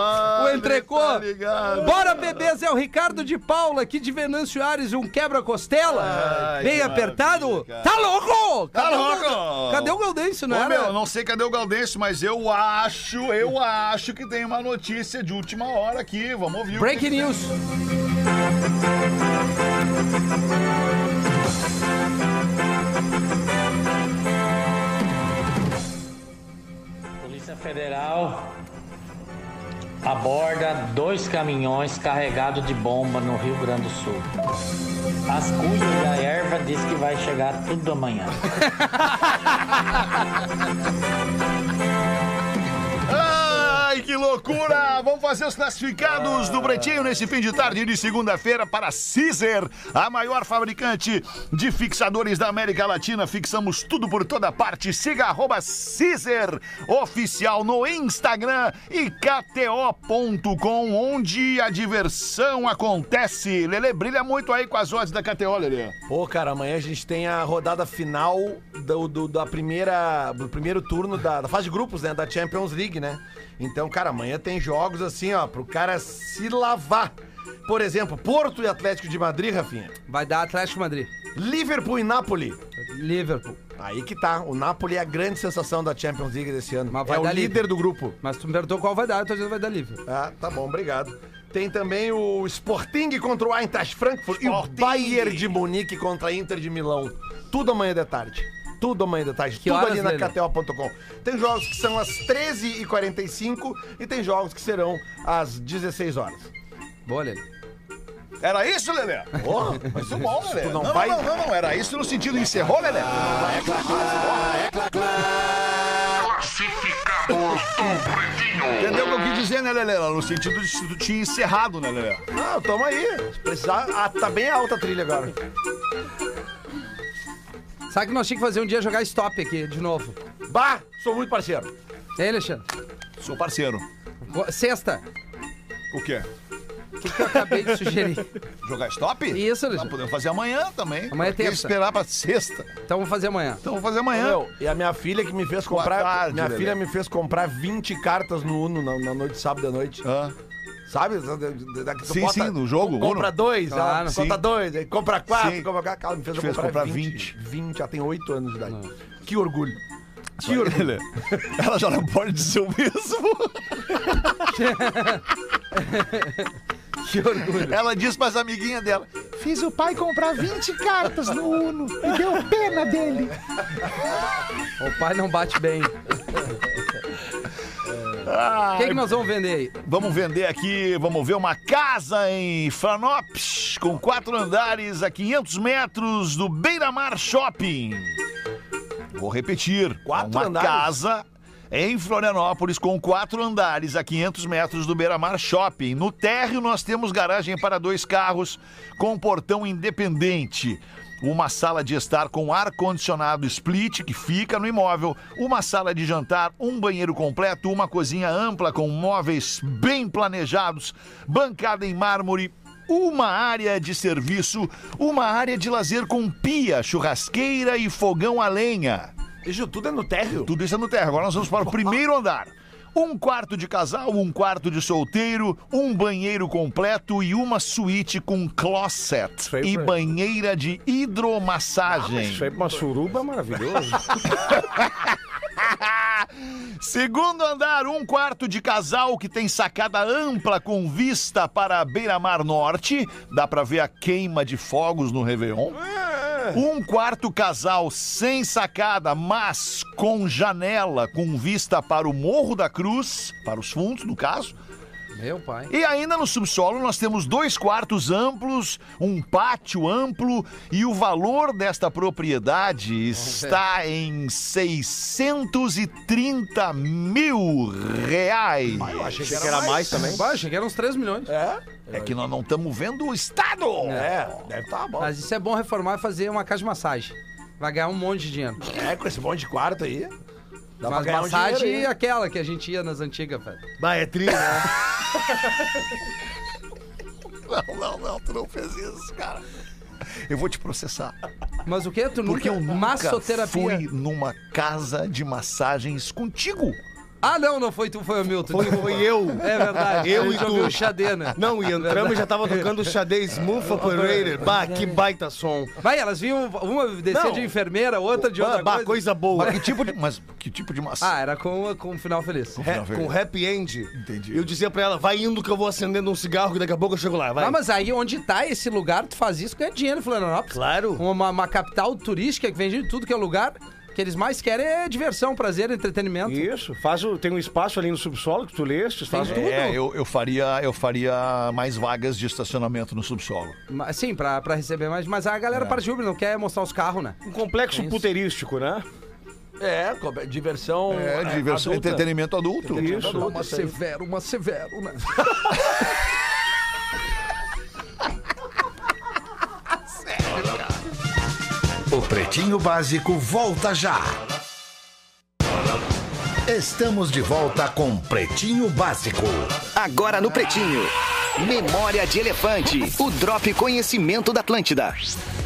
o entrecô. tá ligado. Bora, bebês, é o Ricardo de Paula, aqui de Venâncio Ares, um quebra-costela. Bem apertado. Tá louco? Cadê Tá o louco? Galden- Cadê o Gaudêncio, não Ô, era? meu, não sei cadê o Galdêncio, mas eu acho, eu acho que tem uma notícia de última hora aqui. Vamos ouvir. o Breaking que- news. Polícia Federal aborda dois caminhões carregados de bomba no Rio Grande do Sul. As cujas da erva diz que vai chegar tudo amanhã. Ai, que loucura! Vamos fazer os classificados do Pretinho nesse fim de tarde de segunda-feira para Caesar, a maior fabricante de fixadores da América Latina. Fixamos tudo por toda parte. Siga arroba Caesar Oficial no Instagram e KTO.com, onde a diversão acontece. Lele, brilha muito aí com as odds da KTO, Lele. Pô, cara, amanhã a gente tem a rodada final do, do- da primeira, do primeiro turno da, da fase de grupos, né? Da Champions League, né? Então, cara, amanhã tem jogos assim, ó, pro cara se lavar. Por exemplo, Porto e Atlético de Madrid, Rafinha. Vai dar Atlético Madrid. Liverpool e Napoli. Liverpool. Aí que tá. O Napoli é a grande sensação da Champions League desse ano. Mas vai é o dar líder Liverpool. do grupo. Mas tu me perguntou qual vai dar, eu tô dizendo vai dar Liverpool. Ah, tá bom, obrigado. Tem também o Sporting contra o Eintracht Frankfurt e o Sporting. Bayern de Munique contra a Inter de Milão. Tudo amanhã de tarde. Tudo amanhã de tarde. Que Tudo horas, ali na Lelê? KTO.com. Tem jogos que são às 13h45 e tem jogos que serão às 16 horas. Boa, Lele. Era isso, Lele? Porra, mas tu bom, Lele. Tu Tipo, não Não, não, vai- é não, não, não, era isso no sentido encerrou, Lele? Entendeu o que eu quis dizer, né, Lelê? No sentido de se tu tinha encerrado, né, Lelê? Ah, tamo aí. Se precisar, ah, tá bem alta a trilha agora. Sabe que nós tínhamos que fazer um dia jogar stop aqui, de novo. Bah, sou muito parceiro. Hein, Alexandre? Sou parceiro. Go- Sexta, O quê? o que, que eu acabei de sugerir? Jogar stop? Isso, Nós Alexandre. podemos fazer amanhã também. Amanhã é Porque terça. esperar pra sexta. Então vamos fazer amanhã. Então vamos fazer amanhã. Meu, e a minha filha que me fez Boa comprar. tarde, minha Lelê. filha me fez comprar 20 cartas no Uno na, na noite de sábado à noite. Hã? Sabe? Da- da- da- que Ah, tu Sim, sim, no jogo, Compra Uno. dois, Claro. ela Sim. conta dois, aí compra quatro, Sim. compra quatro. Ela me fez, eu Te fez comprar, comprar 20. 20, ela tem 8 anos de idade. Que orgulho. Que orgulho. Lelê, Ela já não pode dizer o <laughs> mesmo. Que orgulho. Ela diz pras amiguinhas dela. Fiz o pai comprar 20 cartas no Uno e deu pena dele. O pai não bate bem. O que, que nós vamos vender aí? Vamos vender aqui, vamos ver uma casa em Flanops, com quatro andares a 500 metros do Beira-Mar Shopping. Vou repetir. Quatro uma andares? casa em Florianópolis com quatro andares a 500 metros do Beira-Mar Shopping. No térreo nós temos garagem para dois carros com portão independente. Uma sala de estar com ar-condicionado split que fica no imóvel, uma sala de jantar, um banheiro completo, uma cozinha ampla com móveis bem planejados, bancada em mármore, uma área de serviço, uma área de lazer com pia, churrasqueira e fogão a lenha. Isso tudo é no térreo? Tudo isso é no terra. Agora nós vamos para o primeiro andar. Um quarto de casal, um quarto de solteiro, um banheiro completo e uma suíte com closet aí e foi- banheira de Ah, hidromassagem. Isso aí pra uma suruba é maravilhoso. Segundo andar, um quarto de casal que tem sacada ampla com vista para a beira-mar norte. Dá pra ver a queima de fogos no Réveillon. Um quarto casal sem sacada, mas com janela, com vista para o Morro da Cruz, para os fundos, no caso. Meu pai. E ainda no subsolo nós temos dois quartos amplos, um pátio amplo e o valor desta <laughs> propriedade está em 630 mil reais. Achei que era mais também. Vai, achei que eram uns 3 milhões. É que nós não estamos vendo o estado. É, deve estar bom. Mas isso é bom reformar e fazer uma casa de massagem. Vai ganhar um monte de dinheiro. É, com esse monte de quarto aí. Dá pra Mas ganhar um dinheiro, massagem hein? é aquela que a gente ia nas antigas, velho. bah, é tri, né? <laughs> Não, não, não, tu não fez isso, cara. Eu vou te processar. Mas o quê? Tu Porque eu nunca... nunca Massoterapia. fui numa casa de massagens contigo. Ah, não, não foi tu, foi o Milton. Foi, desculpa. <laughs> foi eu. É verdade. Eu a e gente tu. ouviu o Xadê, né? Não, e entramos e já tava tocando o Xadê Smooth Operator. Bah, que baita som. Vai, elas vinham uma descer Não. de enfermeira, outra de outra bah, bah, coisa. coisa boa. Mas que tipo de, <laughs> mas que tipo de Ah, massagem? era com, com um final feliz. Ré- com happy end. Entendi. Eu dizia pra ela, vai indo que eu vou acendendo um cigarro que daqui a pouco eu chego lá, vai. Ah, mas aí onde tá esse lugar, tu faz isso, ganha dinheiro em Florianópolis. Claro. Uma, uma capital turística que vende tudo que é lugar. O que eles mais querem é diversão, prazer, entretenimento. Isso, faz o, tem um espaço ali no subsolo que tu leste, faz o... É, eu, eu faria, eu faria mais vagas de estacionamento no subsolo. Mas, Sim, pra, pra receber mais. Mas a galera para de Uber, não quer mostrar os carros, né? um complexo puterístico, né? É, co- é, diversão. É, diversão, adulta. entretenimento adulto. Isso. Adulta, isso aí. severo, uma severo, né? O Pretinho Básico volta já. Estamos de volta com Pretinho Básico. Agora no Pretinho. Memória de Elefante. O Drop Conhecimento da Atlântida.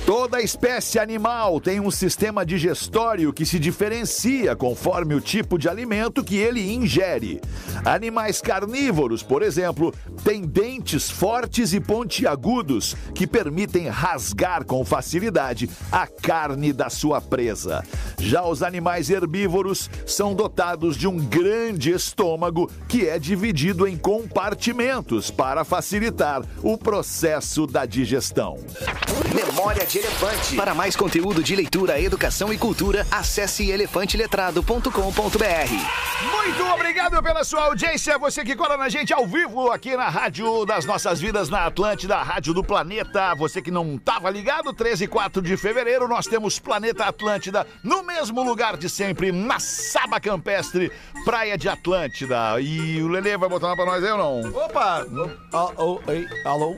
Toda espécie animal tem um sistema digestório que se diferencia conforme o tipo de alimento que ele ingere. Animais carnívoros, por exemplo, têm dentes fortes e pontiagudos que permitem rasgar com facilidade a carne da sua presa. Já os animais herbívoros são dotados de um grande estômago que é dividido em compartimentos para facilitar o processo da digestão. Memória de Elefante. Para mais conteúdo de leitura, educação e cultura, acesse elefanteletrado.com.br. Muito obrigado pela sua audiência, é você que cola na gente ao vivo aqui na Rádio das Nossas Vidas, na Atlântida, a Rádio do Planeta. Você que não estava ligado, 13 e 4 de fevereiro, nós temos Planeta Atlântida no mesmo lugar de sempre, na Saba Campestre, Praia de é Atlântida. E o Lelê vai botar uma pra nós aí ou não? Um Opa! Al- al- ei, Alô?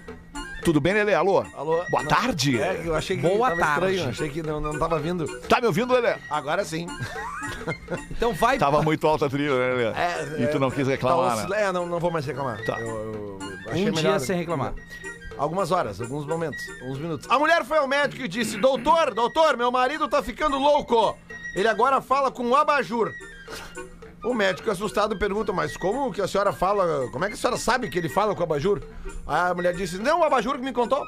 Tudo bem, Lelê? Alô? Alô? Boa Não. tarde. É, eu achei que Boa tava tarde. estranho, achei que não, não tava vindo. Tá me ouvindo, Lelê? Agora sim. Então vai. Tava muito alta a trilha, né, Lelê? É, e tu não é, quis reclamar, tá, né? É, não, não vou mais reclamar. Tá. Eu- eu achei um dia melhor- <laughs> sem reclamar. Algumas horas, alguns momentos, alguns minutos. A mulher foi ao médico e disse: Doutor, doutor, meu marido tá ficando louco. Ele agora fala com um abajur. O médico, assustado, pergunta: Mas como que a senhora fala? Como é que a senhora sabe que ele fala com o abajur? Aí a mulher disse: Não, o abajur que me <laughs> contou.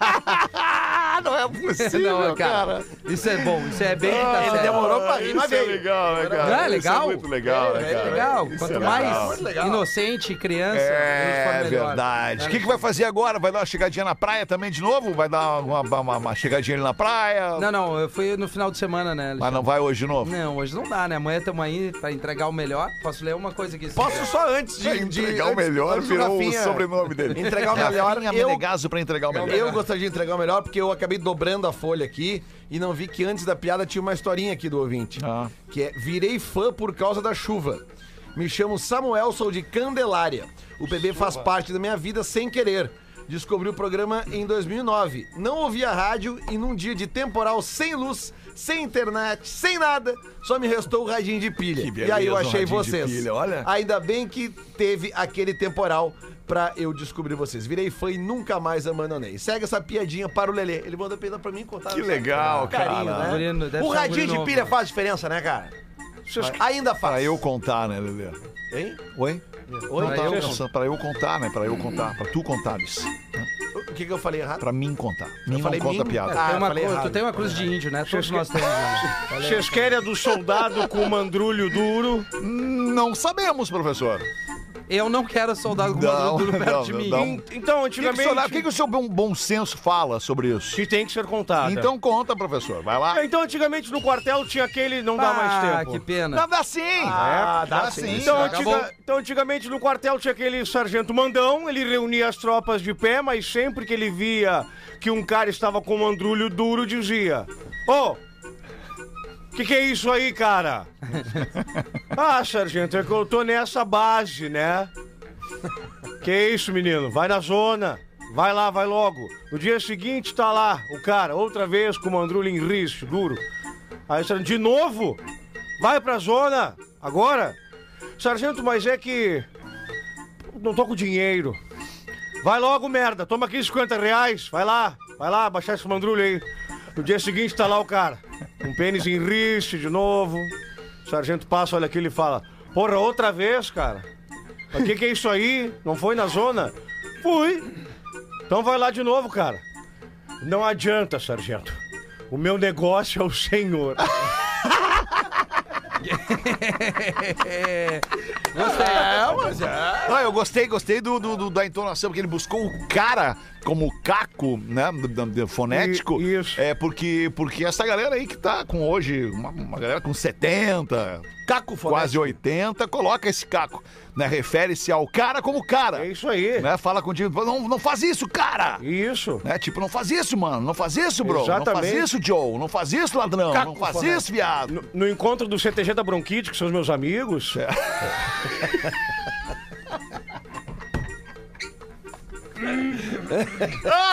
Ah, não é possível, Não, cara, Isso é bom, isso é bem. Ah, tá ele certo. demorou pra rir, Isso mas é veio. legal, né, cara? Não é Isso legal? muito legal, né, É cara? legal. Isso Quanto é legal. mais Muito legal. inocente, criança, É uniforme melhor. verdade. O que, que vai fazer agora? Vai dar uma chegadinha na praia também de novo? Vai dar uma, uma- uma chegadinha ali na praia? Não, não, eu fui no final de semana, né? Mas não vai hoje de novo? Não, hoje não dá, né? Amanhã estamos aí pra entregar o melhor. Posso ler uma coisa aqui? Posso só antes de. Vai de- entregar o antes- melhor, antes do virou o Rafinha sobrenome dele. Entregar o melhor. Rafinha Eu, Menegaso pra entregar o melhor. Eu gostaria de entregar o melhor porque eu acabei dobrando a folha aqui e não vi que antes da piada tinha uma historinha aqui do ouvinte. Ah. Que é Virei fã por causa da chuva. Me chamo Samuel, sou de Candelária. O bebê faz parte da minha vida sem querer. Descobri o programa em 2009. Não ouvia rádio e num dia de temporal sem luz, sem internet, sem nada, só me restou o radinho de pilha. Que e aí beleza, um eu achei radinho de vocês. pilha, olha. Ainda bem que teve aquele temporal pra eu descobrir vocês. Virei fã e nunca mais abandonei. Segue essa piadinha para o Lelê. Ele mandou piada pra mim contar. Que legal, Carinho, cara. né? Gurino, deve o ser um radinho guri de novo, pilha né? faz diferença, né, cara? Ainda Pra faz. eu contar, né, Lelê? Hein? Oi? Oi? Não, Pra tava eu pensando, pra eu contar, né? Pra eu contar, pra tu contares. O que, que eu falei errado? Pra mim contar. Mim não falei conta mim? piada. Ah, tem uma falei cruz- errado. tu tem uma cruz de índio, né? Todos nós temos. Né? Vocês querem a do soldado com o mandrulho duro? Não sabemos, professor. Eu não quero soldado com maduro duro perto de mim. não. O um Então, que que o antigamente. senhor- o que, que o seu bom, bom senso fala sobre isso? que tem que ser contado. Então conta, professor. Vai lá. Então, antigamente no quartel tinha aquele não dá Ah, mais que tempo. pena. Não, dá sim. Ah, dá sim. Então, Acabou. antiga- então, antigamente no quartel tinha aquele sargento mandão, ele reunia as tropas de pé, mas sempre que ele via que um cara estava com um andrulho duro, dizia: Ô, que que é isso aí, cara? ah, sargento, é que eu tô nessa base, né? Que isso, menino? Vai na zona. Vai lá, vai logo. No dia seguinte tá lá o cara, outra vez com o mandrulho em risco, duro. Aí, sargento, de novo? Vai pra zona, agora. Sargento, mas é que... Não tô com dinheiro. Vai logo, merda. Toma aqui 50 reais. Vai lá, vai lá, baixar esse mandrulho aí. No dia seguinte tá lá o cara. Um pênis em rixe de novo. O sargento passa, olha aqui, ele fala... Porra, outra vez, cara. Mas que que é isso aí? Não foi na zona? Fui. Então vai lá de novo, cara. Não adianta, sargento. O meu negócio é o senhor. Ah, eu gostei, gostei do, do- do- da entonação, porque ele buscou o cara como caco, né? do- do- do fonético. I- isso. É porque, porque essa galera aí que tá com hoje, uma, uma galera com 70, Caco fonético. quase 80, coloca esse caco, né? Refere-se ao cara como cara. É isso aí. Né? Fala com o Diego, não, não faz isso, cara! Isso. Né? Tipo, não faz isso, mano. Não faz isso, bro. Não faz Exatamente. isso, Joe. Não faz isso, ladrão. Caco não faz fonético. isso, viado. No, no encontro do CTG da Bronquite, que são os meus amigos. É,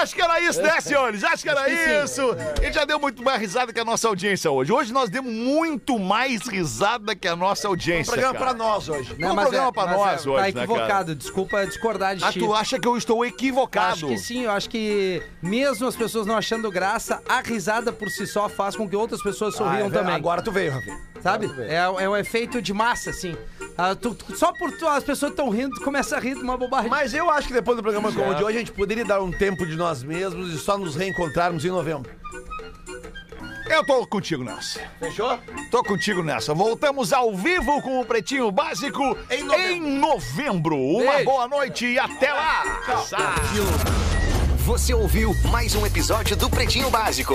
Acho que era isso, né, senhores? Acho que era isso. Ele já deu muito mais risada que a nossa audiência hoje. Hoje nós demos muito mais risada que a nossa audiência. Programa pra cara. nós hoje. Foi um programa pra né? mas nós hoje, Tá né, equivocado, desculpa discordar de Ah, ti. tu acha que eu estou Acho equivocado? que sim, eu acho que mesmo as pessoas não achando graça, a risada por si só faz com que outras pessoas sorriam Ah, é, também. Agora tu veio, Rafinha. sabe? Agora tu veio. É, é um efeito de massa, assim. Ah, tu- tu- só por tu, as pessoas estão rindo, tu começa a rir de uma bobagem. Mas eu acho que depois do programa como o de hoje, a gente poderia dar um tempo de nós mesmos e só nos reencontrarmos em novembro. Eu tô contigo nessa. Fechou? Tô contigo nessa. Voltamos ao vivo com o Pretinho Básico Em novembro. em novembro. Uma Beijo. boa noite e até lá. Tchau. Você ouviu mais um episódio do Pretinho Básico.